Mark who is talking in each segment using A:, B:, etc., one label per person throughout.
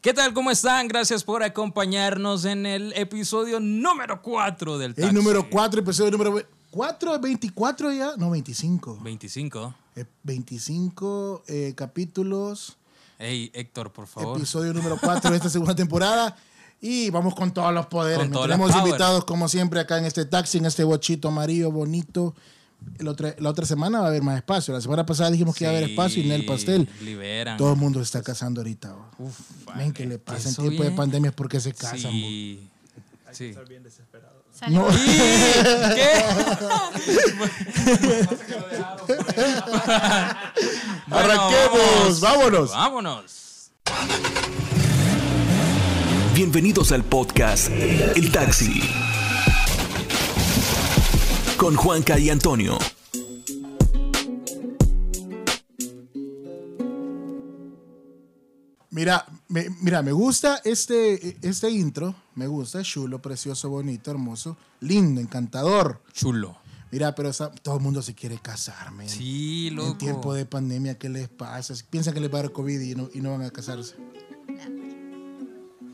A: ¿Qué tal? ¿Cómo están? Gracias por acompañarnos en el episodio número 4 del Taxi.
B: El número 4, episodio número 4, 24 ya, no, 25.
A: 25.
B: Eh, 25 eh, capítulos,
A: Ey, Héctor, por favor.
B: episodio número 4 de esta segunda temporada. Y vamos con todos los poderes.
A: Con todas las
B: Tenemos
A: power.
B: invitados, como siempre, acá en este taxi, en este bochito amarillo bonito. El otra- la otra semana va a haber más espacio. La semana pasada dijimos que iba a haber
A: Sí,
B: espacio y en el pastel.
A: Liberan.
B: Todo el mundo se está casando ahorita. bro.
A: Uf,
B: Ven,
A: vale.
B: que le pasa en
A: Eso
B: tiempo de
A: bien.
B: pandemia es porque se casan. bro.
A: Sí. Sí.
C: Salió.
B: No.
A: ¿Y qué? Bueno,
B: Arranquemos, vámonos.
A: Vámonos.
D: Bienvenidos al podcast El Taxi. Con Juanca y Antonio.
B: Mira, me, mira, me gusta este, este intro. Me gusta, chulo, precioso, bonito, hermoso, lindo, encantador.
A: Chulo.
B: Mira, pero esa- todo el mundo se quiere casar, men.
A: Sí, loco.
B: En tiempo de pandemia, ¿qué les pasa? Piensan que les va a dar COVID y no, y no van a casarse.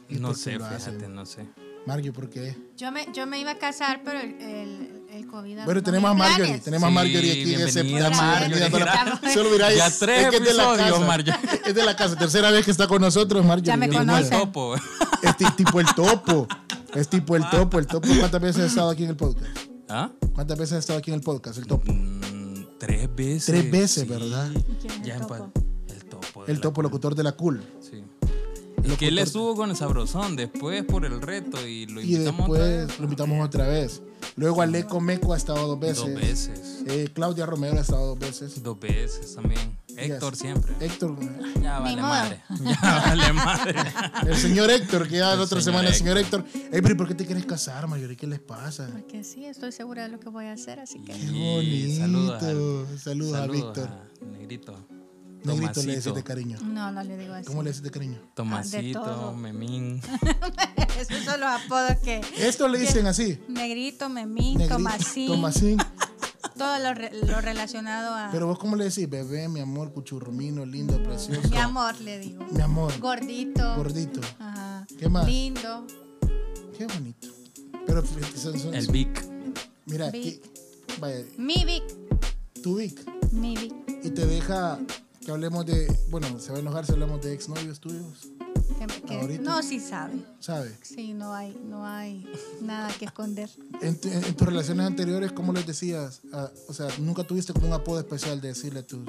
B: ¿Y
A: No
B: por qué
A: sé,
B: lo hacen?
A: fíjate, no sé.
B: Marjorie, ¿por qué?
C: Yo me, yo me iba a casar, pero el, el, el COVID.
B: Bueno,
C: arruinó
B: tenemos a
C: mis
B: Marjorie.
C: planes.
B: Tenemos a
A: Sí,
B: Marjorie aquí en
A: bienvenida,
B: septiembre.
C: Marjorie.
B: Mira,
C: Ya-
B: Solo mirá,
A: ya
B: es-
A: tres
B: es que es de la
A: episodios,
B: casa.
A: Marjorie.
B: Es de la casa. Tercera vez que está con nosotros, Marjorie.
C: Ya me
B: Dios mío.
C: conoce.
A: El topo.
B: Es ti- tipo el topo. Es tipo el topo. El topo, ¿cuántas veces ha estado aquí en el podcast?
A: ¿Ah?
B: ¿Cuántas veces ha estado aquí en el podcast? El topo.
A: Mm, tres veces.
B: Tres veces, ¿verdad?
C: quién es
A: Ya
C: el
A: empa-
C: topo?
A: El topo. de
B: El
A: la-
B: topo, locutor de la cool.
A: Sí. Y que él estuvo con el sabrosón después por el reto y lo
B: Y
A: invitamos otra vez.
B: después lo invitamos otra vez. Luego Aleco Meco ha estado dos veces.
A: Dos veces.
B: Eh, Claudia Romero ha estado dos veces.
A: Dos veces también. Héctor
B: Yes.
A: siempre.
B: Héctor.
A: Ya vale
C: modo.
A: madre. Ya vale madre.
B: El señor Héctor, que ya
A: El
B: la otra
A: señor
B: semana el señor Héctor. Ey, pero ¿y ¿por qué te quieres casar, Mayuri? ¿Qué les pasa?
C: Porque sí, estoy segura de lo que voy a hacer, así que.
B: Qué bonito.
A: Saludos, al-
B: Saludos a Víctor.
A: a Negrito.
B: Negrito le decís
A: Tomasito.
B: de cariño.
C: No, no le digo así.
B: ¿Cómo le decís de cariño?
A: Tomasito,
C: Ah, todo.
A: Memín.
C: Esos son los apodos que.
B: Esto le dicen así.
C: Negrito, Memín,
B: Negrito,
C: Tomasín. Ah.
B: Tomasín.
C: Todo lo, re- lo relacionado a.
B: Pero vos, ¿cómo le decís? Bebé, mi amor, cuchurrumino, lindo, precioso.
C: mi amor, le digo.
B: Mi amor.
C: Gordito.
B: Gordito.
C: Ajá.
B: ¿Qué más?
C: Lindo.
B: Qué bonito. Pero fíjate, son- son-
A: El Vic.
B: mira,
C: Vic.
B: que- vaya,
C: Mi Vic.
B: tu Vic
C: Mi Vic.
B: y te deja que hablemos de, bueno, se va a enojar si hablamos de exnovios tuyos,
C: Que- que-
B: Ahorita.
C: no, sí sabe.
B: ¿sabes?
C: Sí, no hay, no hay nada que esconder.
B: En, tu- en tus relaciones anteriores, ¿cómo les decías? Ah, o sea, nunca tuviste como un apodo especial de decirle a tus...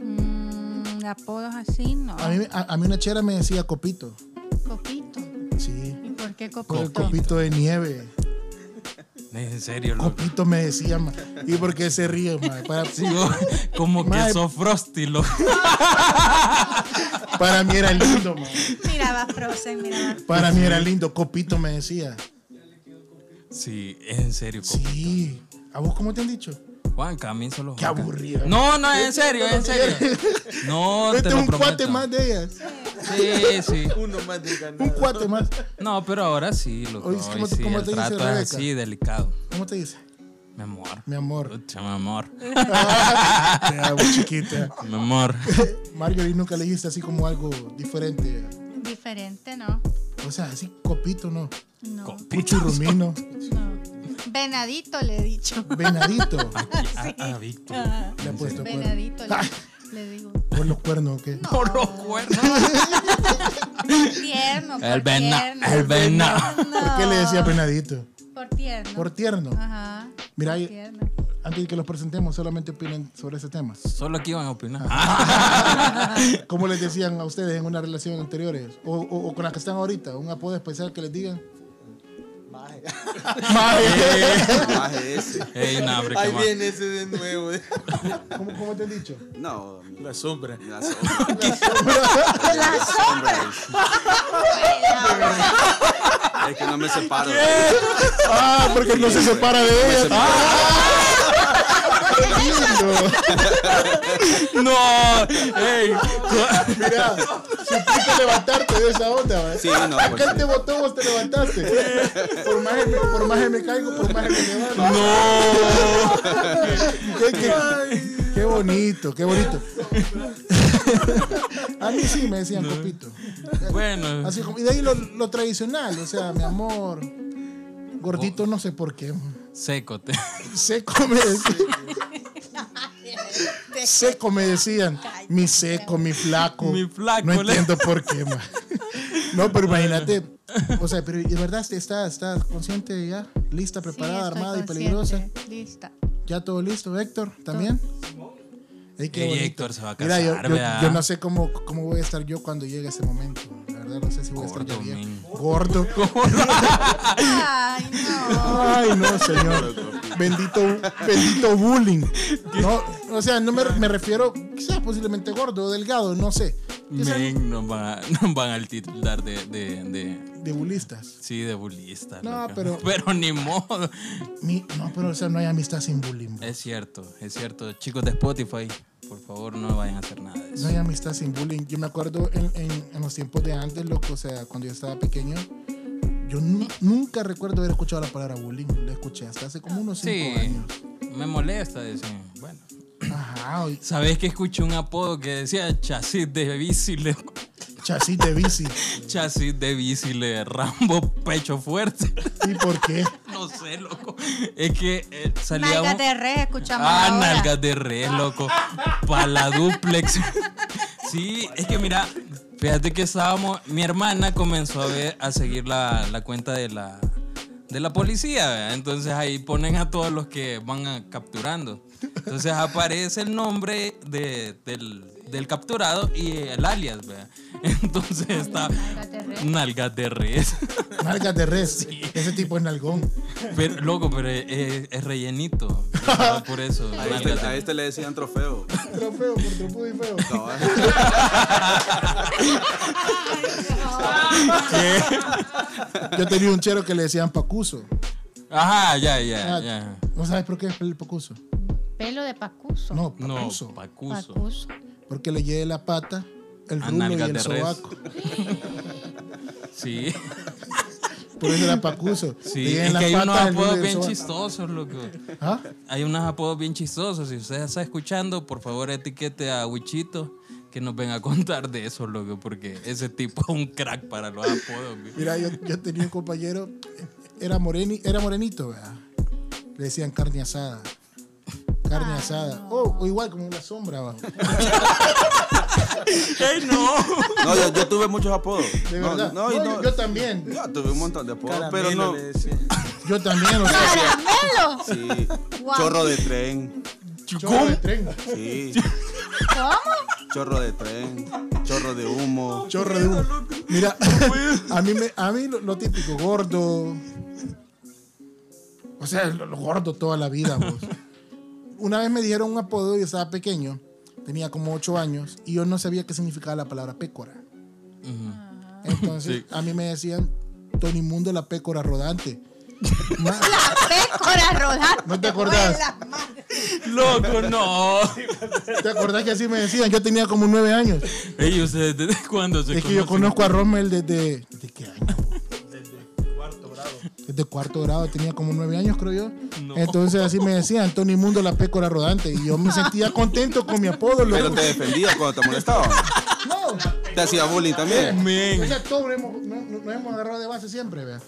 C: Mm, apodos así, no.
B: A mí, a, a mí una chera me decía copito.
C: Copito.
B: Sí.
C: ¿Y por qué
B: Por el
C: copito?
B: copito de nieve.
A: En serio, loco.
B: Copito me decía, ma. ¿Y por qué se ríe, ma? Para,
A: Digo, como que
B: Madre.
A: sos Frosty, loco.
B: para mí era lindo, ma.
C: Miraba Frozen, miraba.
B: Para mí era lindo. Copito me decía.
A: Sí, en serio, Coco.
B: Sí. ¿A vos cómo te han dicho?
A: Juanca, a mí solo
B: Qué
A: Juanca.
B: aburrido.
A: No, no, en serio, en serio. No,
B: Este
A: te
B: es
A: lo
B: un
A: prometo.
B: cuate más de ellas.
A: Sí, sí.
E: Uno más de ganar.
B: Un cuate más.
A: No, pero ahora sí, loco.
B: Oye,
A: Hoy,
B: es como-
A: sí,
B: como
A: el
B: te dice
A: trato
B: Rebeca.
A: es así, delicado.
B: ¿Cómo te dice?
A: Mi amor.
B: Mi amor.
A: Pucha, mi amor.
B: Te amo, chiquita.
A: Mi amor.
B: Marjorie nunca le dijiste así como algo diferente.
C: Diferente, ¿no?
B: O sea, así copito, ¿no?
C: No,
B: Cuchurrumino,
C: no. Venadito le he dicho. Ah,
B: venadito.
A: Ah, A, a Víctor.
B: Le ha puesto cuerno.
C: Venadito le, le digo.
B: por los cuernos, ¿o ¿qué?
A: Por los cuernos.
C: Tierno,
A: El
C: por
A: vena.
C: tierno.
A: El vena.
C: No,
B: ¿Por qué le decía venadito?
C: Por tierno.
B: Por tierno.
C: Ajá.
B: Mira,
C: por
B: yo-
C: tierno.
B: Antes de que los presentemos, solamente opinen sobre ese tema.
A: Solo aquí van a opinar.
B: ¿Cómo les decían a ustedes en una relación anteriores? O, o- o con las que están ahorita, un apodo especial que les digan.
E: Maje.
A: Ey, no, hombre, qué
E: Ahí
A: mal.
E: viene ese de nuevo.
B: ¿Cómo, cómo te han dicho?
F: No,
E: La sombra.
F: la sombra. La sombra. Es que no me separo.
B: Ah, porque no se separa de ella. Ah,
A: No, ey.
B: Mira, supiste levantarte de esa onda, ¿verdad?
F: Sí, no,
B: Acá
F: pues sí.
B: te botó, vos te levantaste. Por más, que me, por más que me caigo, por más que me levanto.
A: No.
B: Qué, qué- qué bonito, qué bonito. A mí sí me decían Copito.
A: Bueno,
B: Así como, y de ahí lo, lo tradicional, o sea, mi amor. Gordito, no sé por qué.
A: seco. te-
B: Seco me decían. Seco me decían. Mi seco, mi flaco.
A: Mi flaco,
B: No
A: le-
B: entiendo por qué, ma. No, pero imagínate. O sea, pero de verdad estás, estás consciente ya, lista, preparada,
C: estoy
B: armada y
C: consciente.
B: peligrosa.
C: Lista.
B: Ya todo listo, Héctor, también. Ey, qué
A: Ey,
B: bonito.
A: Héctor se va a
B: Mira, yo-
A: casar,
B: yo,
A: ¿verdad?
B: yo no sé cómo, cómo voy a estar yo cuando llegue ese momento. La verdad, no sé si voy a estar
A: Gordo,
B: yo bien.
A: men.
B: Gordo.
C: Ay, no.
B: Ay, no, señor. Bendito, bendito bullying. No, o sea, no me, me refiero, quizás posiblemente gordo o delgado, no sé. Quizás
A: Men, nos van, a, nos van al titular de, de, de-
B: de bulistas.
A: Sí, de bullista.
B: No,
A: loco.
B: pero-
A: Pero ni modo.
B: Mi- no, pero o sea, no hay amistad sin bullying. bro.
A: Es cierto, es cierto. Chicos de Spotify, por favor, no vayan a hacer nada de
B: No
A: eso.
B: hay amistad sin bullying. Yo me acuerdo en, en- en los tiempos de antes, loco, o sea, cuando yo estaba pequeño, yo nu- nunca recuerdo haber escuchado la palabra bullying. La escuché hasta hace como unos cinco
A: Sí,
B: años.
A: me molesta decir. Bueno.
B: Ajá, y
A: ¿Sabes que escuché un apodo que decía chasis de bici? le-
B: chasis de bici.
A: Chasis de bici, le- Rambo, pecho fuerte.
B: ¿Y por qué?
A: No sé, loco. Es que eh, salía
C: Nalgas
A: un...
C: de res, escuchamos.
A: Ah,
C: ahora.
A: nalgas de res, loco. Para la duplex. Sí, es que mira, fíjate que estábamos. Mi hermana comenzó a ver, a seguir la, la cuenta de la, de la policía. ¿verdad? Entonces ahí ponen a todos los que van a- capturando. Entonces aparece el nombre de- del, del capturado y el alias, ¿verdad? Entonces está.
C: nalgas de res.
A: Nalgas de res.
B: Nalgas de res. Ese tipo es nalgón.
A: Pero, loco, pero es, es rellenito. ¿verdad? Por eso.
F: A este,
A: nalgas de
F: a este le decían trofeo.
B: Trofeo por tropudo y feo.
F: No, eh.
B: Yo tenía un chero que le decían pacuso.
A: Ajá, ya,
B: Ah,
A: ya, ya.
B: ¿No sabes por qué es el pacuso?
C: Pelo de pacuso.
B: No,
A: No,
B: pacuso.
A: Pacuso.
C: Pacuso.
B: porque le lleve la pata, el
A: A
B: rulo y
A: nalgas
B: el
A: de res.
B: sobaco.
A: Sí,
B: Por eso era pacuso. Le
A: sí.
B: lleven
A: Es
B: la
A: que hay
B: pata,
A: unos
B: el rulo y
A: apodos
B: el
A: bien
B: sobaco.
A: chistosos, loco.
B: ¿Ah?
A: Hay unos apodos bien chistosos. Si usted está escuchando, por favor etiquete a Wichito que nos venga a contar de eso, loco, porque ese tipo es un crack para los apodos. güey.
B: Mira, yo, yo tenía un compañero, era, moreni, era morenito, ¿verdad? Le decían carne asada. Carne asada. Oh, o igual como la sombra, ¿va?
A: ¡Ey, no!
F: No, yo, yo tuve muchos apodos.
B: De
F: No,
B: verdad.
F: No, y
B: No,
F: no.
B: yo, yo también.
F: Yo tuve un montón de apodos, pero
E: Caramelo
F: no.
E: le decía.
B: Yo también, o sea,
C: ¡Caramelo!
F: Sí.
C: Guau.
F: Chorro de tren.
B: chorro de tren,
F: Sí.
C: ¿Cómo?
F: Chorro de tren. Chorro de humo.
B: chorro de humo. Mira, a mí, me, a mí lo, lo típico, gordo. O sea, lo, lo gordo toda la vida, vos. Una vez me dijeron un apodo, yo estaba pequeño, tenía como 8 años, y yo no sabía qué significaba la palabra pécora.
A: Ujú.
B: Entonces, a mí me decían Tony Mundo la pécora rodante. Ma-
C: Pécora rodante.
B: ¿No te acordás?
C: Fue la madre.
A: ¡Loco, no!
B: ¿Te acordás que así me decían? Yo tenía como nueve años.
A: Ey, ¿ustedes desde cuándo se
B: Es que yo
A: conocen?
B: conozco a Rommel desde. ¿Desde qué año? Desde cuarto grado tenía como nueve años, creo yo.
A: No.
B: Entonces así me decían, Tony Mundo la pécora rodante. Y yo me sentía contento con mi apodo.
F: Pero
B: loco.
F: te defendía cuando te molestaba.
B: No,
F: Te hacía bullying también.
B: O
A: Men.
B: sea, todos hemos- no- no- nos hemos agarrado de base siempre, vea.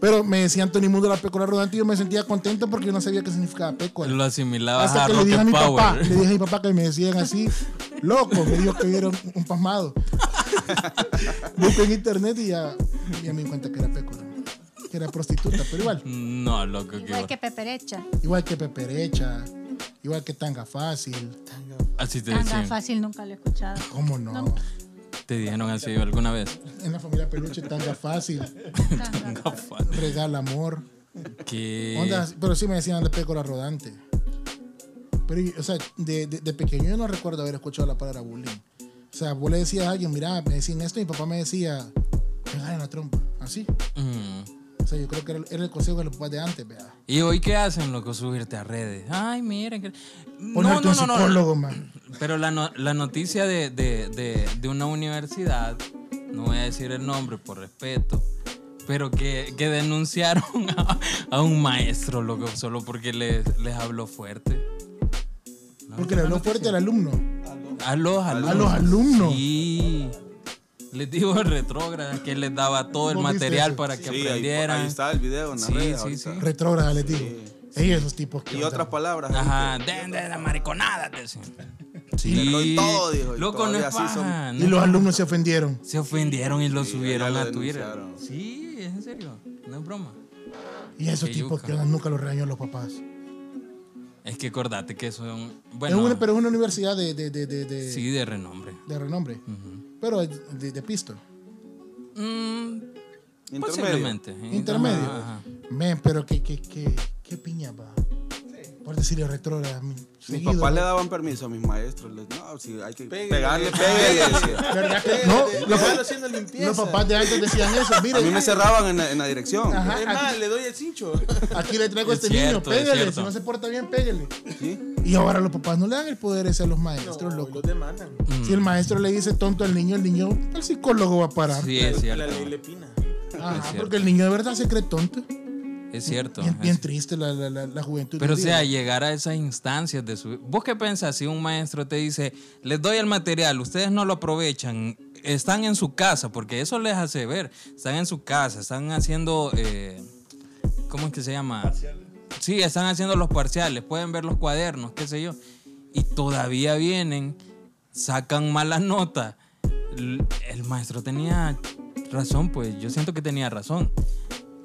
B: Pero me decían Tony Mundo la pécora rodante y yo me sentía contento porque yo no sabía qué significaba pécora.
A: Lo asimilabas
B: Hasta
A: a
B: que le dije a
A: Rocket
B: mi papá,
A: Power.
B: le dije a mi papá que me decían así, loco, me dijo que yo era un, un pasmado. Busco en internet y ya, ya me di cuenta que era pécora, que era prostituta, pero igual,
A: No, loco,
C: Igual
A: que...
C: que Peperecha.
B: igual que peperecha, igual que tanga fácil,
A: Así te
C: Tanga
A: decían.
C: fácil nunca lo he escuchado.
B: ¿cómo no?
A: ¿Te dijeron así alguna vez?
B: En la familia peluche, tanga fácil,
A: Tanga fácil.
B: regala amor,
A: ¿Qué?
B: ondas, pero sí me decían la pécora rodante. Pero, y- o sea, de, de- de pequeño yo no recuerdo haber escuchado la palabra bullying. O sea, vos le decías a alguien, mira, me decían esto, y mi papá me decía, pegale en la trompa, así.
A: Mm.
B: O sea, yo creo que era el, era el consejo de los papás de antes, vea.
A: ¿Y hoy qué hacen, loco? Subirte a redes. Ay, miren. que- No,
B: Ponerte
A: no,
B: un
A: no, no.
B: psicólogo, man.
A: Pero la, no- la noticia de, de- de- de una universidad, no voy a decir el nombre por respeto, pero que, que denunciaron a, a un maestro, loco, solo porque les, les habló fuerte.
B: Porque le habló fuerte al alumno.
A: a los alumnos.
B: los alumnos.
A: Sí. Les digo retrógrada que les daba todo el
B: ¿Vos viste
A: material
B: eso?
A: para que
F: Sí, ahí,
A: aprendieran.
F: ahí está el video en la
A: Sí,
F: red.
A: sí,
F: ahorita.
A: sí.
B: Retrógrada, les digo. Ey, esos tipos que.
F: Y otras palabras. ahí
A: Ajá, den de la mariconada, te decían.
F: Le
A: Sí,
F: doy todo, dijo, y
A: loco, no
F: todavía
A: es
F: así son.
A: paja, no
B: Y
A: es
B: los
A: paja.
B: alumnos se ofendieron.
A: se ofendieron y lo
F: ya
A: subieron
F: lo
A: a Twitter.
F: denunciaron.
A: Sí, es en serio, no es broma.
B: Y esos
A: Qué
B: tipos
A: yuca.
B: que nunca los regañó los papás.
A: Es que acordate que son,
B: Es
A: bueno,
B: una, pero es una universidad de, de, de, de, de-
A: sí de renombre.
B: de renombre. Pero de, de pisto.
A: Mm,
F: Intermedio.
A: posiblemente.
B: Intermedio.
A: Ajá, ajá.
B: Men, pero qué, qué, qué, qué piña va. Por decirle retrógrada. mi-
F: Mis
B: seguido,
F: papás le
B: ¿no?
F: daban permiso a mis maestros. Les, no, si hay que
E: Pégale.
F: pegarle, pégale. decía.
B: ¿Verdad que- No, los,
E: Estaba haciendo limpieza.
B: los papás de antes decían eso.
F: A mí
B: Miren,
F: me cerraban en la, en la dirección.
B: Ajá.
E: Es más, le doy el cincho.
B: aquí le traigo a
A: Es
B: este niño,
A: cierto, es
B: pégale.
A: cierto.
B: Si no se porta bien, pégale.
F: ¿sí?
B: Y ahora los papás no le dan el poder ese a los maestros,
E: No,
B: loco.
E: los demandan.
B: Si el maestro le dice tonto al niño, el niño, el psicólogo va a parar.
A: Sí, es
E: La
A: cierto.
E: ley le pina.
B: Ajá,
A: cierto.
B: porque el niño de verdad se cree tonto.
A: Es cierto.
B: Bien,
A: es-
B: bien triste la, la, la, la juventud.
A: Pero o
B: hoy
A: sea,
B: día.
A: llegar a esas instancias de su... ¿Vos qué pensás si un maestro te dice, les doy el material, ustedes no lo aprovechan, están en su casa, porque eso les hace ver, están en su casa, están haciendo... eh, ¿Cómo es que se llama? Sí, están haciendo los parciales, pueden ver los cuadernos, qué sé yo. Y todavía vienen, sacan mala nota. L- El maestro tenía razón, pues yo siento que tenía razón.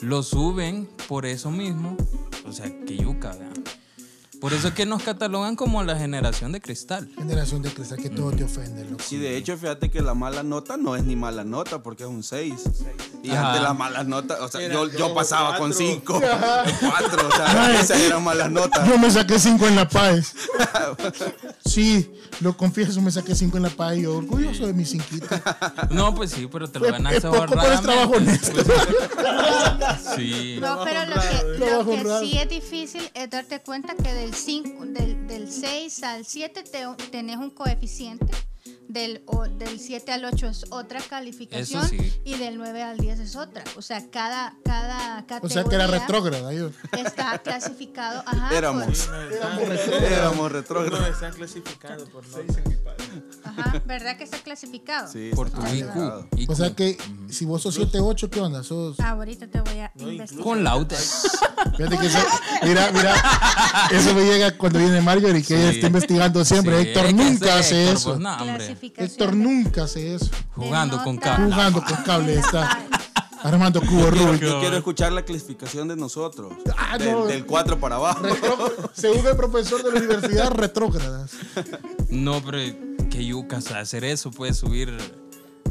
A: Lo suben por eso mismo. O sea, que yuca, ¿verdad? Por eso es que nos catalogan como la generación de cristal.
B: Generación de cristal que todo te ofende, loco.
F: Sí, de hecho, fíjate que la mala nota no es ni mala nota porque es un 6. Y
A: Ajá.
F: antes las malas notas, o sea,
E: Eran
F: yo, yo
E: dos,
F: pasaba con
E: cuatro.
F: 5, 4, o sea, esas eran malas notas.
B: Yo me saqué 5 en la paz. Sí, lo confieso, me saqué 5 en la paz y yo orgulloso de mi cinquito.
A: No, pues sí, pero te lo
B: Es, es
A: ganaste
B: poco, pero es trabajo
A: ahorradamente.
B: honesto.
A: Sí.
C: No, pero lo que,
B: Trabajo
C: lo que
B: honrado.
C: sí es difícil es darte cuenta que del, cinco, del, del 6 al 7 te- tenés un coeficiente, del, o- del 7 al 8 es otra calificación
A: sí.
C: y del 9 al 10 es otra. O sea, cada, cada
B: O
A: pues.
C: categoría
B: sea que era retrógrada. Yo.
C: está clasificado.
A: Ah,
C: Ajá,
A: pues.
F: Éramos.
E: Éramos
F: Éramos
E: Nos
F: retrógrados.
E: están clasificando por no.
C: por- ajá, ¿verdad que está clasificado?
F: Sí,
A: Por
F: está
A: tu
F: complicado.
A: IQ.
B: O sea que si vos sos 7, 8, ¿qué onda? Sos.
C: Ahorita te voy a investigar.
A: Con lauta.
B: Fíjate que eso, mira, mira, eso me llega cuando viene Marjorie, que ella está investigando siempre.
A: Sí,
B: Héctor
A: ¿qué
B: nunca hace
A: Héctor?
B: eso.
A: Pues, no, hombre.
C: Clasificación
B: Héctor
C: de-
B: nunca hace eso.
A: Jugando con
C: nota.
A: cable.
B: Jugando con cable está. Armando cubo
F: Yo,
B: Rubik.
F: yo quiero escuchar la clasificación de nosotros.
B: Ah,
F: del,
B: no.
F: 4 para abajo.
B: Retró- Según el profesor de la universidad, retrógradas.
A: No, pero que yucas hacer eso, puedes subir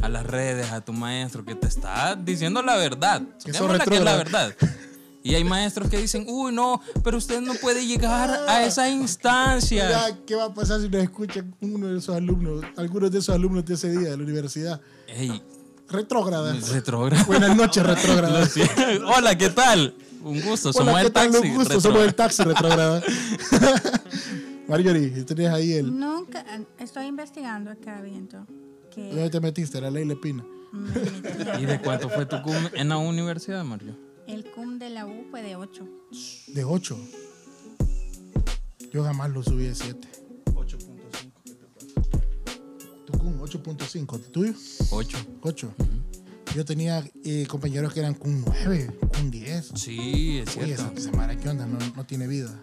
A: a las redes a tu maestro que te está diciendo la verdad.
B: Que sos
A: Démosla que es la
B: retrógrado.
A: verdad. Y hay maestros que dicen, uy, no, pero usted no puede llegar
B: Ah.
A: a esa instancia.
B: Mira, ¿qué va a pasar si nos escuchan uno de esos alumnos, algunos de esos alumnos de ese día de la universidad?
A: Ey,
B: Retrógradas.
A: retrógrado.
B: Buenas noches, retrógradas.
A: Sí. Hola, ¿qué tal? Un gusto, somos
B: Hola, ¿qué
A: el
B: tal?
A: taxi.
B: Un gusto,
A: retro-
B: somos el taxi retrógrada. Marjorie, tenías ahí el...
C: Nunca, estoy investigando acá viendo que
B: ¿Dónde te metiste? La ley Lepina.
C: me metí
A: ¿Y de cuánto fue tu cum en la universidad, Mario?
C: El cum de la U fue de 8.
B: De 8. Yo jamás lo subí de 7. 8.5. ¿Tú cum? 8.5. ¿El tuyo?
A: Ocho.
B: 8. Yo tenía eh, compañeros que eran con 9, con 10.
A: Sí, es
B: Oye,
A: cierto.
B: esa semana, ¿qué onda? No, no tiene vida.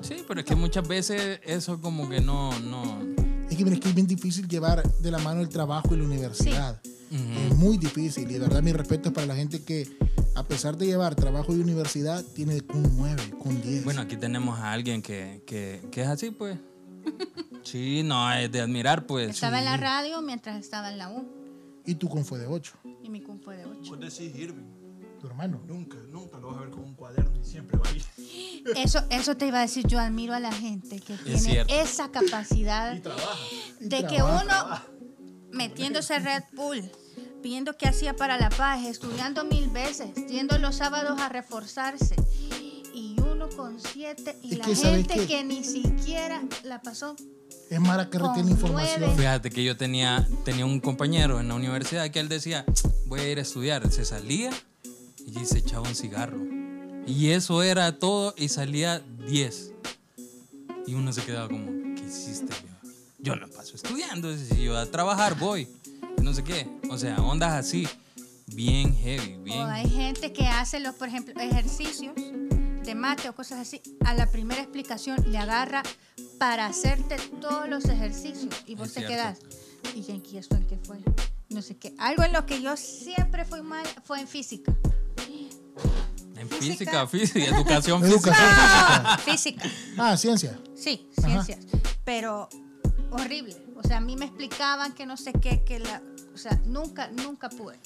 A: Sí, pero es que muchas veces eso como que no, no,
B: Es que, mira, es que es bien difícil llevar de la mano el trabajo y la universidad. Es muy difícil. Y de verdad, mi respeto es para la gente que, a pesar de llevar trabajo y universidad, tiene con 9, con 10.
A: Bueno, aquí tenemos a alguien que, que, que es así, pues. Sí, no, es de admirar, pues.
C: Estaba en la radio mientras estaba en la U.
B: Y tu con fue de 8.
C: Y mi cum fue de 8.
G: decís Irving,
B: Tu hermano.
G: nunca, nunca lo vas a ver con un cuaderno y siempre va a ir.
C: Eso, eso te iba a decir, yo admiro a la gente que tiene
A: cierto.
C: esa capacidad de que uno metiéndose Red Bull, viendo qué hacía para la paz, estudiando mil veces, yendo los sábados a reforzarse. Y uno con siete y
B: Es
C: la
B: que, ¿sabes qué?
C: gente que ni siquiera la pasó.
B: Es Mara que retiene
C: Con
B: información.
C: nueve.
A: Fíjate que yo tenía, tenía un compañero en la universidad que él decía, voy a ir a estudiar. Se salía y se echaba un cigarro. Y eso era todo y salía 10. Y uno se quedaba como, ¿qué hiciste? viejo? yo no paso estudiando, si yo a trabajar voy, no sé qué. O sea, ondas así, bien heavy,
C: O
A: bien.
C: hay gente que hace los, por ejemplo, ejercicios de mate o cosas así. A la primera explicación le agarra para hacerte todos los ejercicios y vos
A: Es
C: te
A: cierto.
C: quedás. Y ya aquí esto en qué fue. No sé qué. Algo en lo que yo siempre fui mal fue en física.
A: En física,
C: física.
A: física, educación
B: Educación.
A: física.
C: ¡Ah! física.
B: Ah, ciencia.
C: Sí,
B: Ajá.
C: ciencias. Pero horrible. O sea, a mí me explicaban que no sé qué, que la. O sea, nunca, nunca pude.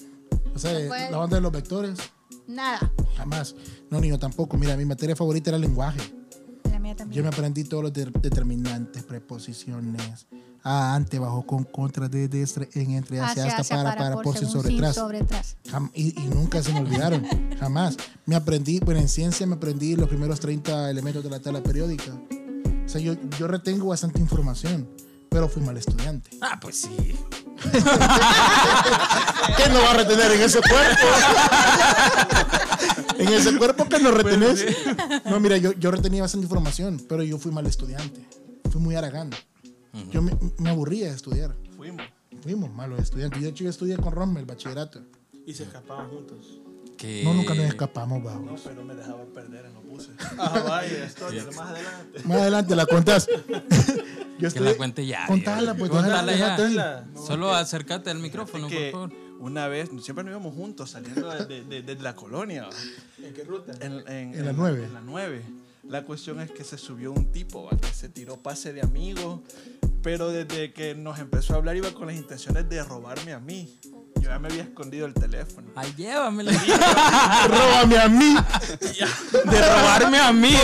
B: O sea, eh,
C: No puede.
B: la onda de los vectores.
C: Nada.
B: Jamás. No, ni yo tampoco. Mira, mi materia favorita era lenguaje.
C: La mía
B: Yo
C: también.
B: me aprendí todos los de- determinantes, preposiciones. Ah, ante, bajo, con, contra, desde, estre, en, entre, hacia,
C: Hacia,
B: hasta,
C: hacia,
B: para, para, por, sin,
C: según,
B: sobre,
C: sin,
B: tras.
C: sobre, tras.
B: Jam- y, y nunca se me olvidaron, jamás. Me aprendí, bueno, en ciencia me aprendí los primeros 30 elementos de la tabla periódica. O sea, yo, yo retengo bastante información, pero fui mal estudiante.
A: Ah, pues sí.
B: ¿Qué no va a retener en ese cuerpo? en ese cuerpo que no
A: Pues
B: retenés. No, mira, yo, yo retenía bastante información, pero yo fui mal estudiante. Fui muy aragán. Yo me, me aburría de estudiar.
H: Fuimos.
B: Fuimos malos estudiantes. Yo, de hecho, yo estudié con Ron el bachillerato.
H: Y se escapaban juntos.
A: Que...
B: No, nunca nos escapamos, bajo.
E: No, pero me dejaba perder, no puse.
H: Ah, vaya.
E: Historia de más adelante.
B: Más adelante la contás. Yo
A: Que la cuente ya.
B: Contala,
A: Dios.
B: pues.
A: Contala
B: déjala-
A: ya.
B: déjala-
H: La-
A: Solo acércate al micrófono,
E: que
A: por favor.
E: una vez, siempre nos íbamos juntos saliendo de, de- de- de la colonia. ¿va?
H: ¿En qué ruta?
E: En, en-
B: En la
E: en-
B: nueve.
E: En la 9. La cuestión es que se subió un tipo, ¿va? que se tiró pase de amigo, pero desde que nos empezó a hablar iba con las intenciones de robarme a mí. Yo ya me había escondido el teléfono.
A: Ay, llévamela.
B: Róbame a mí.
A: De robarme a mí.